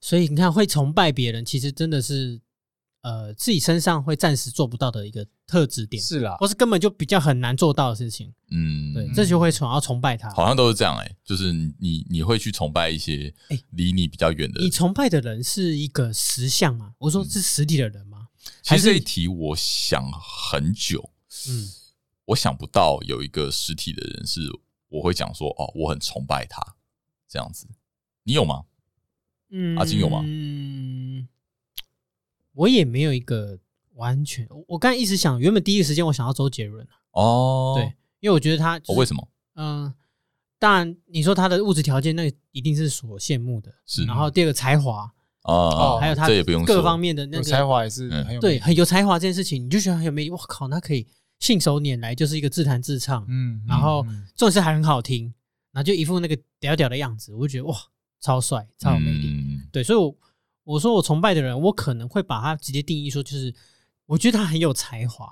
S3: 所以你看，会崇拜别人，其实真的是呃自己身上会暂时做不到的一个特质点，
S2: 是啊啦，
S3: 或是根本就比较很难做到的事情。对
S1: 嗯，，
S3: 这就会想要崇拜他。
S1: 好像都是这样哎、就是你你会去崇拜一些
S3: 哎
S1: 离你比较远的
S3: 你
S1: 人。
S3: 崇拜的人是一个实相吗？我
S1: 嗯
S3: 说是实体的人吗？
S1: 其
S3: 还
S1: 实
S3: 是
S1: 这一题我想很久，
S3: 嗯，
S1: 我想不到有一个实体的人是我会讲说哦，我很崇拜他这样子。你有吗？
S3: 嗯，
S1: 阿金有吗
S3: 嗯，我也没有一个完全。我我刚才一直想，原本第一时间我想要周杰伦啊，
S1: 哦，
S3: 对，因为我觉得他、
S1: 哦，为
S3: 么？
S1: 什么？
S3: 嗯、当然你说他的物质条件，那一定是所羡慕的。
S1: 是
S3: 然后第二个才华，
S1: 啊、
S2: 哦
S3: 还有他
S1: 这也不用嗯
S3: 各方
S1: 面
S3: 面的那
S2: 有
S3: 个
S2: 才华也是
S1: 嗯
S2: 很有魅
S3: 对，
S2: 力
S3: 很有才华这件事情，你就觉得很有魅力。我靠，那可以信手拈来，就是一个自弹自唱，
S2: 嗯，
S3: 然后
S2: 嗯
S3: 重点是还很好听，然后就一副那个屌屌的样子，我就觉得哇，超帅，超有魅力。
S1: 嗯
S3: 对，所以我我说我崇拜的人，我可能会把他直接定义说，就是我觉得他很有才华，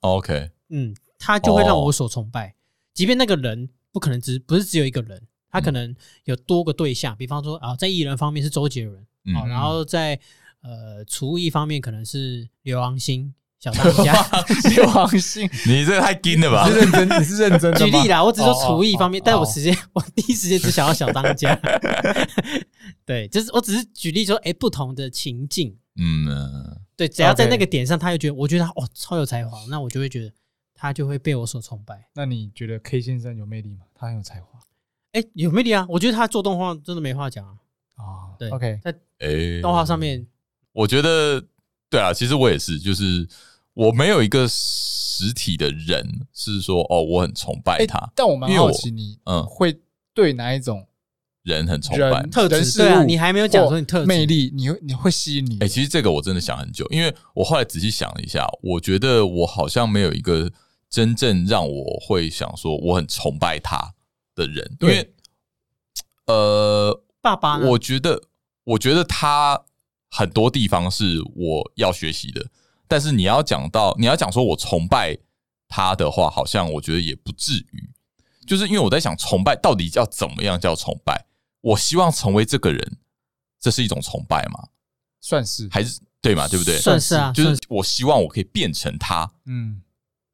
S1: OK，
S3: 嗯，他就会让
S1: 哦
S3: 我所崇拜。即便那个人不可能只不是只有一个人，他可
S1: 嗯
S3: 能有多个对象，比方说啊，在艺人方面是周杰伦，
S1: 嗯，
S3: 啊，然后在呃厨艺方面可能是刘昂星、小当家。
S1: [laughs]
S3: [laughs]
S2: 刘昂星，
S1: 你这个太硬了吧
S2: 你？是认真，你是认真的吗
S3: [laughs] 举例啦，我只说
S2: 哦
S3: 厨艺方面，
S2: 哦
S3: 但我
S2: 哦
S3: 直接我第一时间 [laughs] 只想要小当家。 [laughs] 对，就是我只是举例说，哎，不同的情境，
S1: 嗯，呃
S3: 对，只要在
S2: OK
S3: 那个点上，他就觉得，我觉得他哦超有才华，那我就会觉得他就会被我所崇拜。
S2: 那你觉得 K 先生有魅力吗？他很有才华
S3: 哎、有魅力啊！我觉得他做动画真的没话讲啊，
S2: 啊。
S3: 对
S2: ，OK，
S3: 在
S1: 哎、
S3: 动画上面，
S1: 我觉得对啊，其实我也是，就是我没有一个实体的人是说哦，我很崇拜
S2: 哎
S1: 他，
S2: 但我蛮
S1: 因为
S2: 好
S1: 我
S2: 奇你
S1: 嗯，
S2: 会对哪一种
S1: 人很崇拜
S2: 人。
S3: 特质
S2: 人事
S3: 对啊
S2: 物
S3: 你还没有讲
S2: 或
S3: 说你特质
S2: 魅力，你会你会吸引你
S1: 哎、其实这个我真的想很久，因为我后来仔细想了一下，我觉得我好像没有一个真正让我会想说我很崇拜他的人，因
S2: 对
S1: 为呃，
S3: 爸爸呢
S1: 我觉得，我觉得他很多地方是我要学习的，但是你要讲到，你要讲说我崇拜他的话，好像我觉得也不至于，就是因为我在想，崇拜到底要怎么样叫崇拜？我希望成为这个人，这是一种崇拜吗？
S2: 算是
S1: 还是对嘛？对不对？
S3: 算是啊，
S1: 就
S3: 算
S1: 是
S3: 是
S1: 我希望我可以变成他，
S2: 嗯，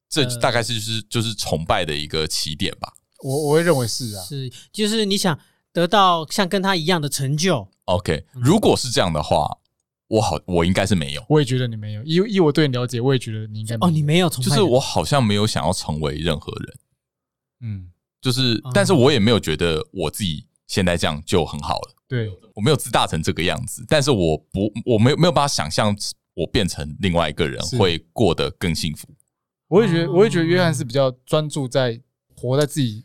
S1: 这
S3: 呃
S1: 大概是就是就是崇拜的一个起点吧。
S2: 我我会认为是啊，
S3: 是，就是你想得到像跟他一样的成就，
S1: OK，如
S3: 嗯
S1: 果是这样的话，我好，我应该是没有。
S2: 我也觉得你没有，以以我对你了解，我也觉得你应该
S3: 哦，你
S2: 有
S3: 没有崇
S1: 就
S3: 拜的，
S1: 是我好像没有想要成为任何人，
S2: 嗯，
S1: 就是
S3: 嗯，
S1: 但是我也没有觉得我自己现在这样就很好了，
S2: 对，
S1: 我没有自大成这个样子，但是我不，我没有没有办法想象我变成另外一个人
S2: 是
S1: 会过得更幸福。
S2: 我也觉得，
S3: 哦
S2: 我也觉得约翰是比较专注在活在自己，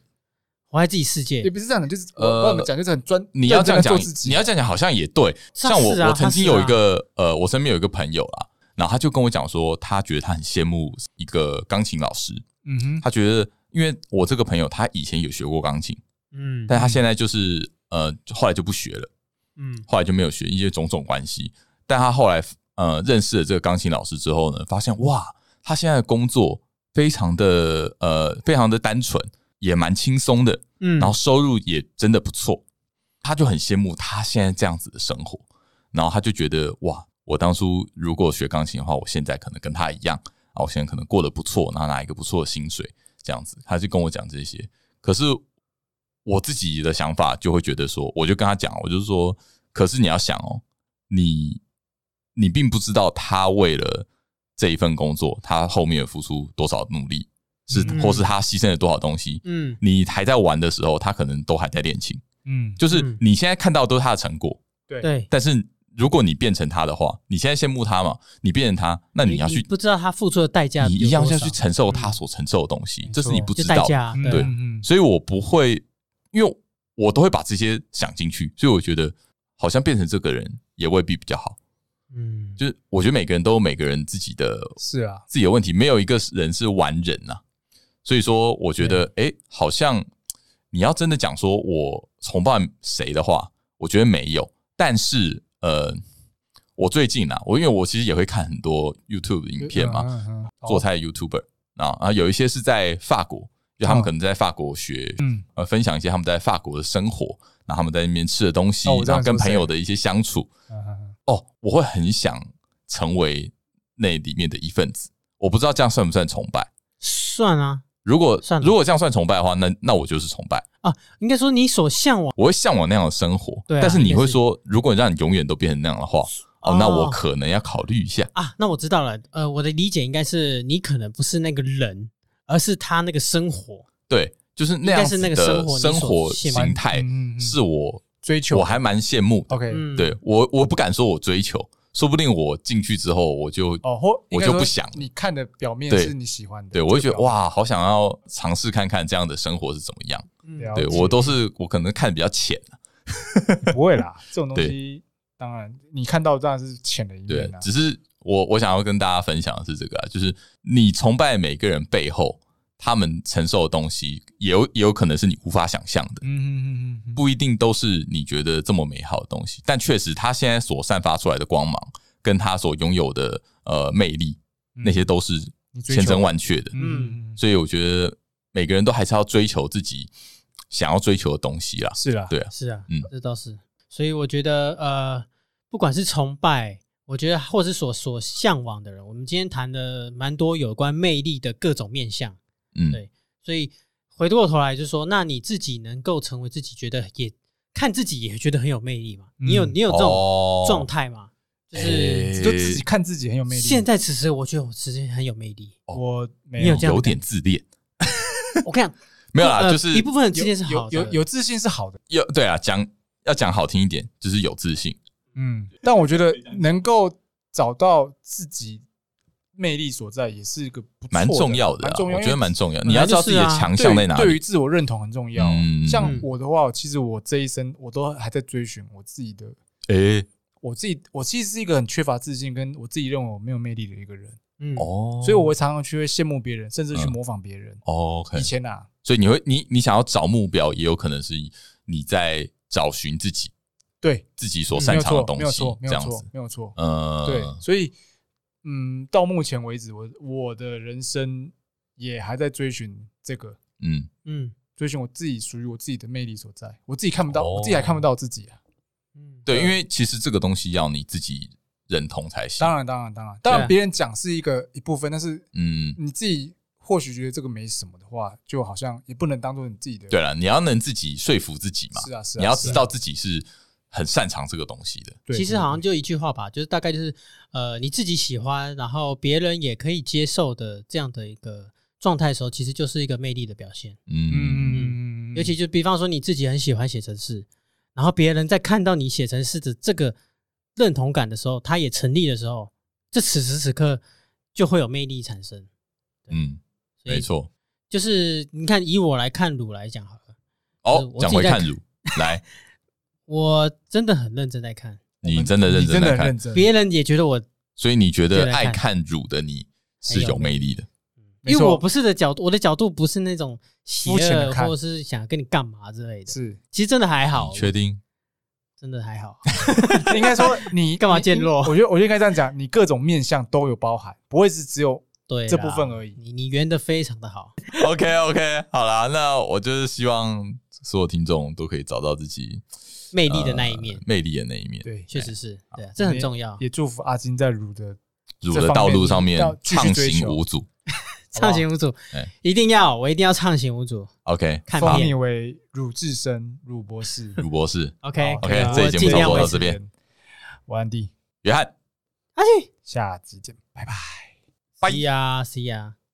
S3: 活在自己世界
S2: 也，不是这样的，就是
S1: 呃
S2: 我我们讲就是很专，
S1: 你要这样
S2: 认真
S1: 讲
S2: 地做自，己，
S1: 你要这样讲好像也对。
S3: 是啊
S1: 像我，
S3: 是啊
S1: 我曾经有一
S3: 他是
S1: 个呃，我身边有一个朋友啦，然后他就跟我讲说，他觉得他很羡慕一个钢琴老师，
S2: 嗯哼，
S1: 他觉得因为我这个朋友他以前有学过钢琴，
S3: 嗯
S1: 但他现在就是呃，后来就不学了。
S3: 嗯
S1: 后来就没有学，因为种种关系。但他后来呃认识了这个钢琴老师之后呢，发现哇，他现在的工作非常的呃非常的单纯，也蛮轻松的，
S3: 嗯，
S1: 然后收入也真的不错，他就很羡慕他现在这样子的生活，然后他就觉得哇，我当初如果学钢琴的话，我现在可能跟他一样啊，我现在可能过得不错，然后拿一个不错的薪水这样子，他就跟我讲这些。可是我自己的想法就会觉得说，我就跟他讲，我就说，可是你要想哦，你你并不知道他为了这一份工作，他后面有付出多少努力，是、
S3: 嗯
S1: 或是他牺牲了多少东西，
S3: 嗯
S1: 你还在玩的时候，他可能都还在练琴。
S2: 嗯，
S1: 就是
S3: 嗯
S1: 你现在看到都是他的成果，
S3: 对，
S1: 但是如果你变成他的话，你现在羡慕他嘛，你变成他，那你要去，
S3: 不知道他付出的代价有
S1: 你
S3: 多少，
S1: 一样要去承受他所承受的东西，
S2: 嗯
S1: 这是你不
S3: 就
S1: 知
S3: 代
S1: 道。
S3: 价，
S2: 嗯
S1: 对
S2: 嗯嗯
S1: 所以我不会，因为我都会把这些想进去，所以我觉得好像变成这个人也未必比较好。
S3: 嗯，
S1: 就是我觉得每个人都有每个人自己的
S2: 是啊，
S1: 自己的问题，没有一个人是完人呐、所以说，我觉得，哎、好像你要真的讲说我崇拜谁的话，我觉得没有。但是，呃，我最近啊，我因为我其实也会看很多 YouTube 影片嘛，
S2: 嗯，嗯嗯
S1: 做菜 YouTuber 啊啊，有一些是在法国，就他们可能在法国学，
S2: 嗯
S1: 呃，分享一些他们在法国的生活，然后他们在那边吃的东西
S2: 哦我，知道
S1: 然后跟
S2: 你说
S1: 朋
S2: 谁
S1: 友的一些相处，
S2: 嗯嗯
S1: 哦，我会很想成为那里面的一份子。我不知道这样算不算崇拜。
S3: 算啊，
S1: 如果
S3: 算了
S1: 如果这样算崇拜的话，那那我就是崇拜，
S3: 应该说你所向往，
S1: 我会向往那样的生活。
S3: 对啊
S1: 但是你
S3: 应该
S1: 会
S3: 是
S1: 说，如果让你永远都变成那样的话，哦，
S3: 哦
S1: 那我可能要考虑一下。
S3: 啊，那我知道了。呃，我的理解应该是你可能不是那个人，而是他那个生活。
S1: 对，就是那样子
S3: 应该是那个生活
S1: 的
S3: 你所
S1: 生活
S3: 羡慕
S1: 形态
S2: 嗯嗯嗯
S1: 哎是我
S2: 追求
S1: 我还蛮羡慕的。
S2: OK，
S3: 嗯，
S1: 对我，我不敢说我追求，说不定我进去之后我就
S2: 哦，或
S1: 我就不想
S2: 应该说你看的表面
S1: 对
S2: 是你喜欢的，
S1: 对我会觉得
S2: 这个表
S1: 哇，好想要尝试看看这样的生活是怎么样。
S3: 嗯
S2: 了
S1: 对
S2: 解
S1: 我都是我可能看比较浅。啊
S2: 面不会啦，这种东西当然你看到当然是浅的一
S1: 对
S2: 面啊，，
S1: 只是我我想要跟大家分享的是这个、啊，就是你崇拜每个人背后，他们承受的东西，也有也有可能是你无法想象的，
S2: 嗯嗯嗯嗯，
S1: 不一定都是你觉得这么美好的东西。但确实，他现在所散发出来的光芒，跟他所拥有的呃魅力，
S2: 嗯
S1: 那些都是
S2: 你追求
S1: 千真万确的。
S2: 嗯嗯
S1: 所以我觉得每个人都还是要追求自己想要追求的东西啦。
S2: 是啦，
S1: 对
S3: 是啊，
S1: 嗯
S3: 这倒是。所以我觉得，呃，不管是崇拜，我觉得或是所所向往的人，我们今天谈的蛮多有关魅力的各种面向。
S1: 嗯，
S3: 对所以回过头来就说，那你自己能够成为自己觉得也看自己也觉得很有魅力嘛？你有
S2: 嗯
S3: 你有这种
S1: 哦
S3: 状态吗？就是、
S1: 诶
S2: 就自己看自己很有魅力。
S3: 现在此时，我觉得我自己很有魅力。
S2: 我没
S3: 你有这样
S1: 有
S3: 的感
S1: 点自恋，
S3: 我看
S1: [laughs] 没有啦，
S3: 呃
S1: 就是
S3: 一部分人之
S2: 有
S3: 间是好
S2: 有
S3: 的，
S2: 有有自信是好的，
S1: 有对啊，讲要讲好听一点，就是有自信。
S2: 嗯，但我觉得能够找到自己魅力所在，也是一个不错
S1: 蛮重要的
S2: 蛮
S1: 啊，
S2: 重要，
S1: 我觉得蛮重要。
S3: 本来
S1: 你要知道自己的
S3: 就是啊
S1: 强
S2: 对
S1: 项
S2: 于
S1: 在哪
S2: 对于
S1: 里。
S2: 自我认同很重要
S1: 嗯。
S2: 像
S3: 嗯
S2: 我的话，其实我这一生我都还在追寻我自己的，
S1: 诶，
S2: 我自己我其实是一个很缺乏自信，跟我自己认为我没有魅力的一个人，
S3: 嗯
S1: 哦，
S2: 所以我会常常去会羡慕别人，甚至去
S1: 嗯
S2: 模仿别人。
S1: 哦 OK，
S2: 以前啊，
S1: 所以你会你你想要找目标，也有可能是你在找寻自己
S2: 对，
S1: 自己所
S3: 嗯
S2: 没
S1: 擅
S2: 有
S1: 长的
S2: 错，
S1: 东
S2: 没有
S1: 西
S2: 错，，没
S1: 这
S2: 有
S1: 样子
S2: 错，。没有错。
S1: 嗯，
S2: 对，所以嗯，到目前为止，我我的人生也还在追寻这个，
S1: 嗯，
S3: 嗯
S2: 追寻我自己属于我自己的魅力所在。我自己看不到，
S1: 哦
S2: 我自己还看不到自己啊。
S3: 嗯，
S1: 对，因为其实这个东西要你自己认同才行。
S2: 当然，当然，当然，当
S3: 对啊
S2: 然，别人讲是一个一部分，但是
S1: 嗯，
S2: 你自己或许觉得这个没什么的话，就好像也不能当做你自己的。
S1: 对了，你要能自己说服自己嘛，
S2: 是啊，是啊，
S1: 你要
S2: 是
S1: 知
S2: 啊
S1: 道自己是很擅长这个东西的。
S2: 对
S3: 其实好像
S2: 对
S3: 就一句话吧，就是大概就是呃你自己喜欢，然后别人也可以接受的这样的一个状态的时候，其实就是一个魅力的表现。
S2: 对
S1: 嗯，
S2: 嗯嗯嗯嗯嗯，
S3: 尤其就比方说你自己很喜欢写程式，然后别人在看到你写程式的这个认同感的时候，他也成立的时候，这此时此刻就会有魅力产生。
S1: 嗯，
S3: 所以
S1: 没错。
S3: 就是你看，以我来看鲁来讲好了，
S1: 哦，
S3: 我自
S1: 讲
S3: 己
S1: 回
S3: 在
S1: 看
S3: 看
S1: 乳，来，
S3: 我真的很认真在看，
S1: 你真的认
S2: 你
S1: 真
S2: 真
S1: 来
S2: 的很
S1: 看
S2: 认，真，
S3: 别人也觉得我，
S1: 所以你觉
S3: 对
S1: 得
S3: 来
S1: 爱
S3: 看
S1: 看乳的你是
S2: 哎
S1: 有魅力的？
S2: 没
S3: 因为
S2: 错
S3: 我不是的角度，我的角度不是那种邪
S2: 肤浅
S3: 恶
S2: 地
S3: 或
S2: 看
S3: 者是想跟你干嘛之类的，
S2: 是
S3: 其实真的还好
S1: 你，确
S2: [laughs]
S1: 定？
S3: 真的还好，
S2: 应该说
S3: [laughs]
S2: 你
S3: 干嘛渐弱
S2: 我觉得我就应该这样讲，你各种面相都有包含，不会是只有
S3: 对
S2: 这
S3: 啦
S2: 部分而已。
S3: 你你圆的非常的好，
S1: OK OK，好啦，那我就是希望所有听众都可以找到自己
S3: 魅力的那一面
S1: 呃，魅力的那一面，
S2: 对，
S3: 确实是对啊，这很重要。
S2: 也祝福阿金在乳的
S1: 如的道路上面
S2: 这方面要继
S1: 畅
S2: 续追
S1: 行
S2: 求
S1: 无阻。
S3: 畅行无阻
S1: 哎，
S3: 一定要，我一定要畅行无阻，
S1: OK， [laughs]
S3: 看
S2: 封你
S3: 片。
S2: 为乳至深、乳博士。
S1: 鲁博士、
S3: OK
S2: 好
S1: OK，
S2: 那
S1: 这一
S3: 我
S1: 节
S3: 尽
S1: 目差
S3: 量
S1: 不多
S3: 维
S1: 到
S3: 持。
S1: 这边。
S2: 我安迪，
S1: 约翰。
S3: 阿信
S2: 下集见，拜拜。
S1: 拜
S3: ，See ya，See ya。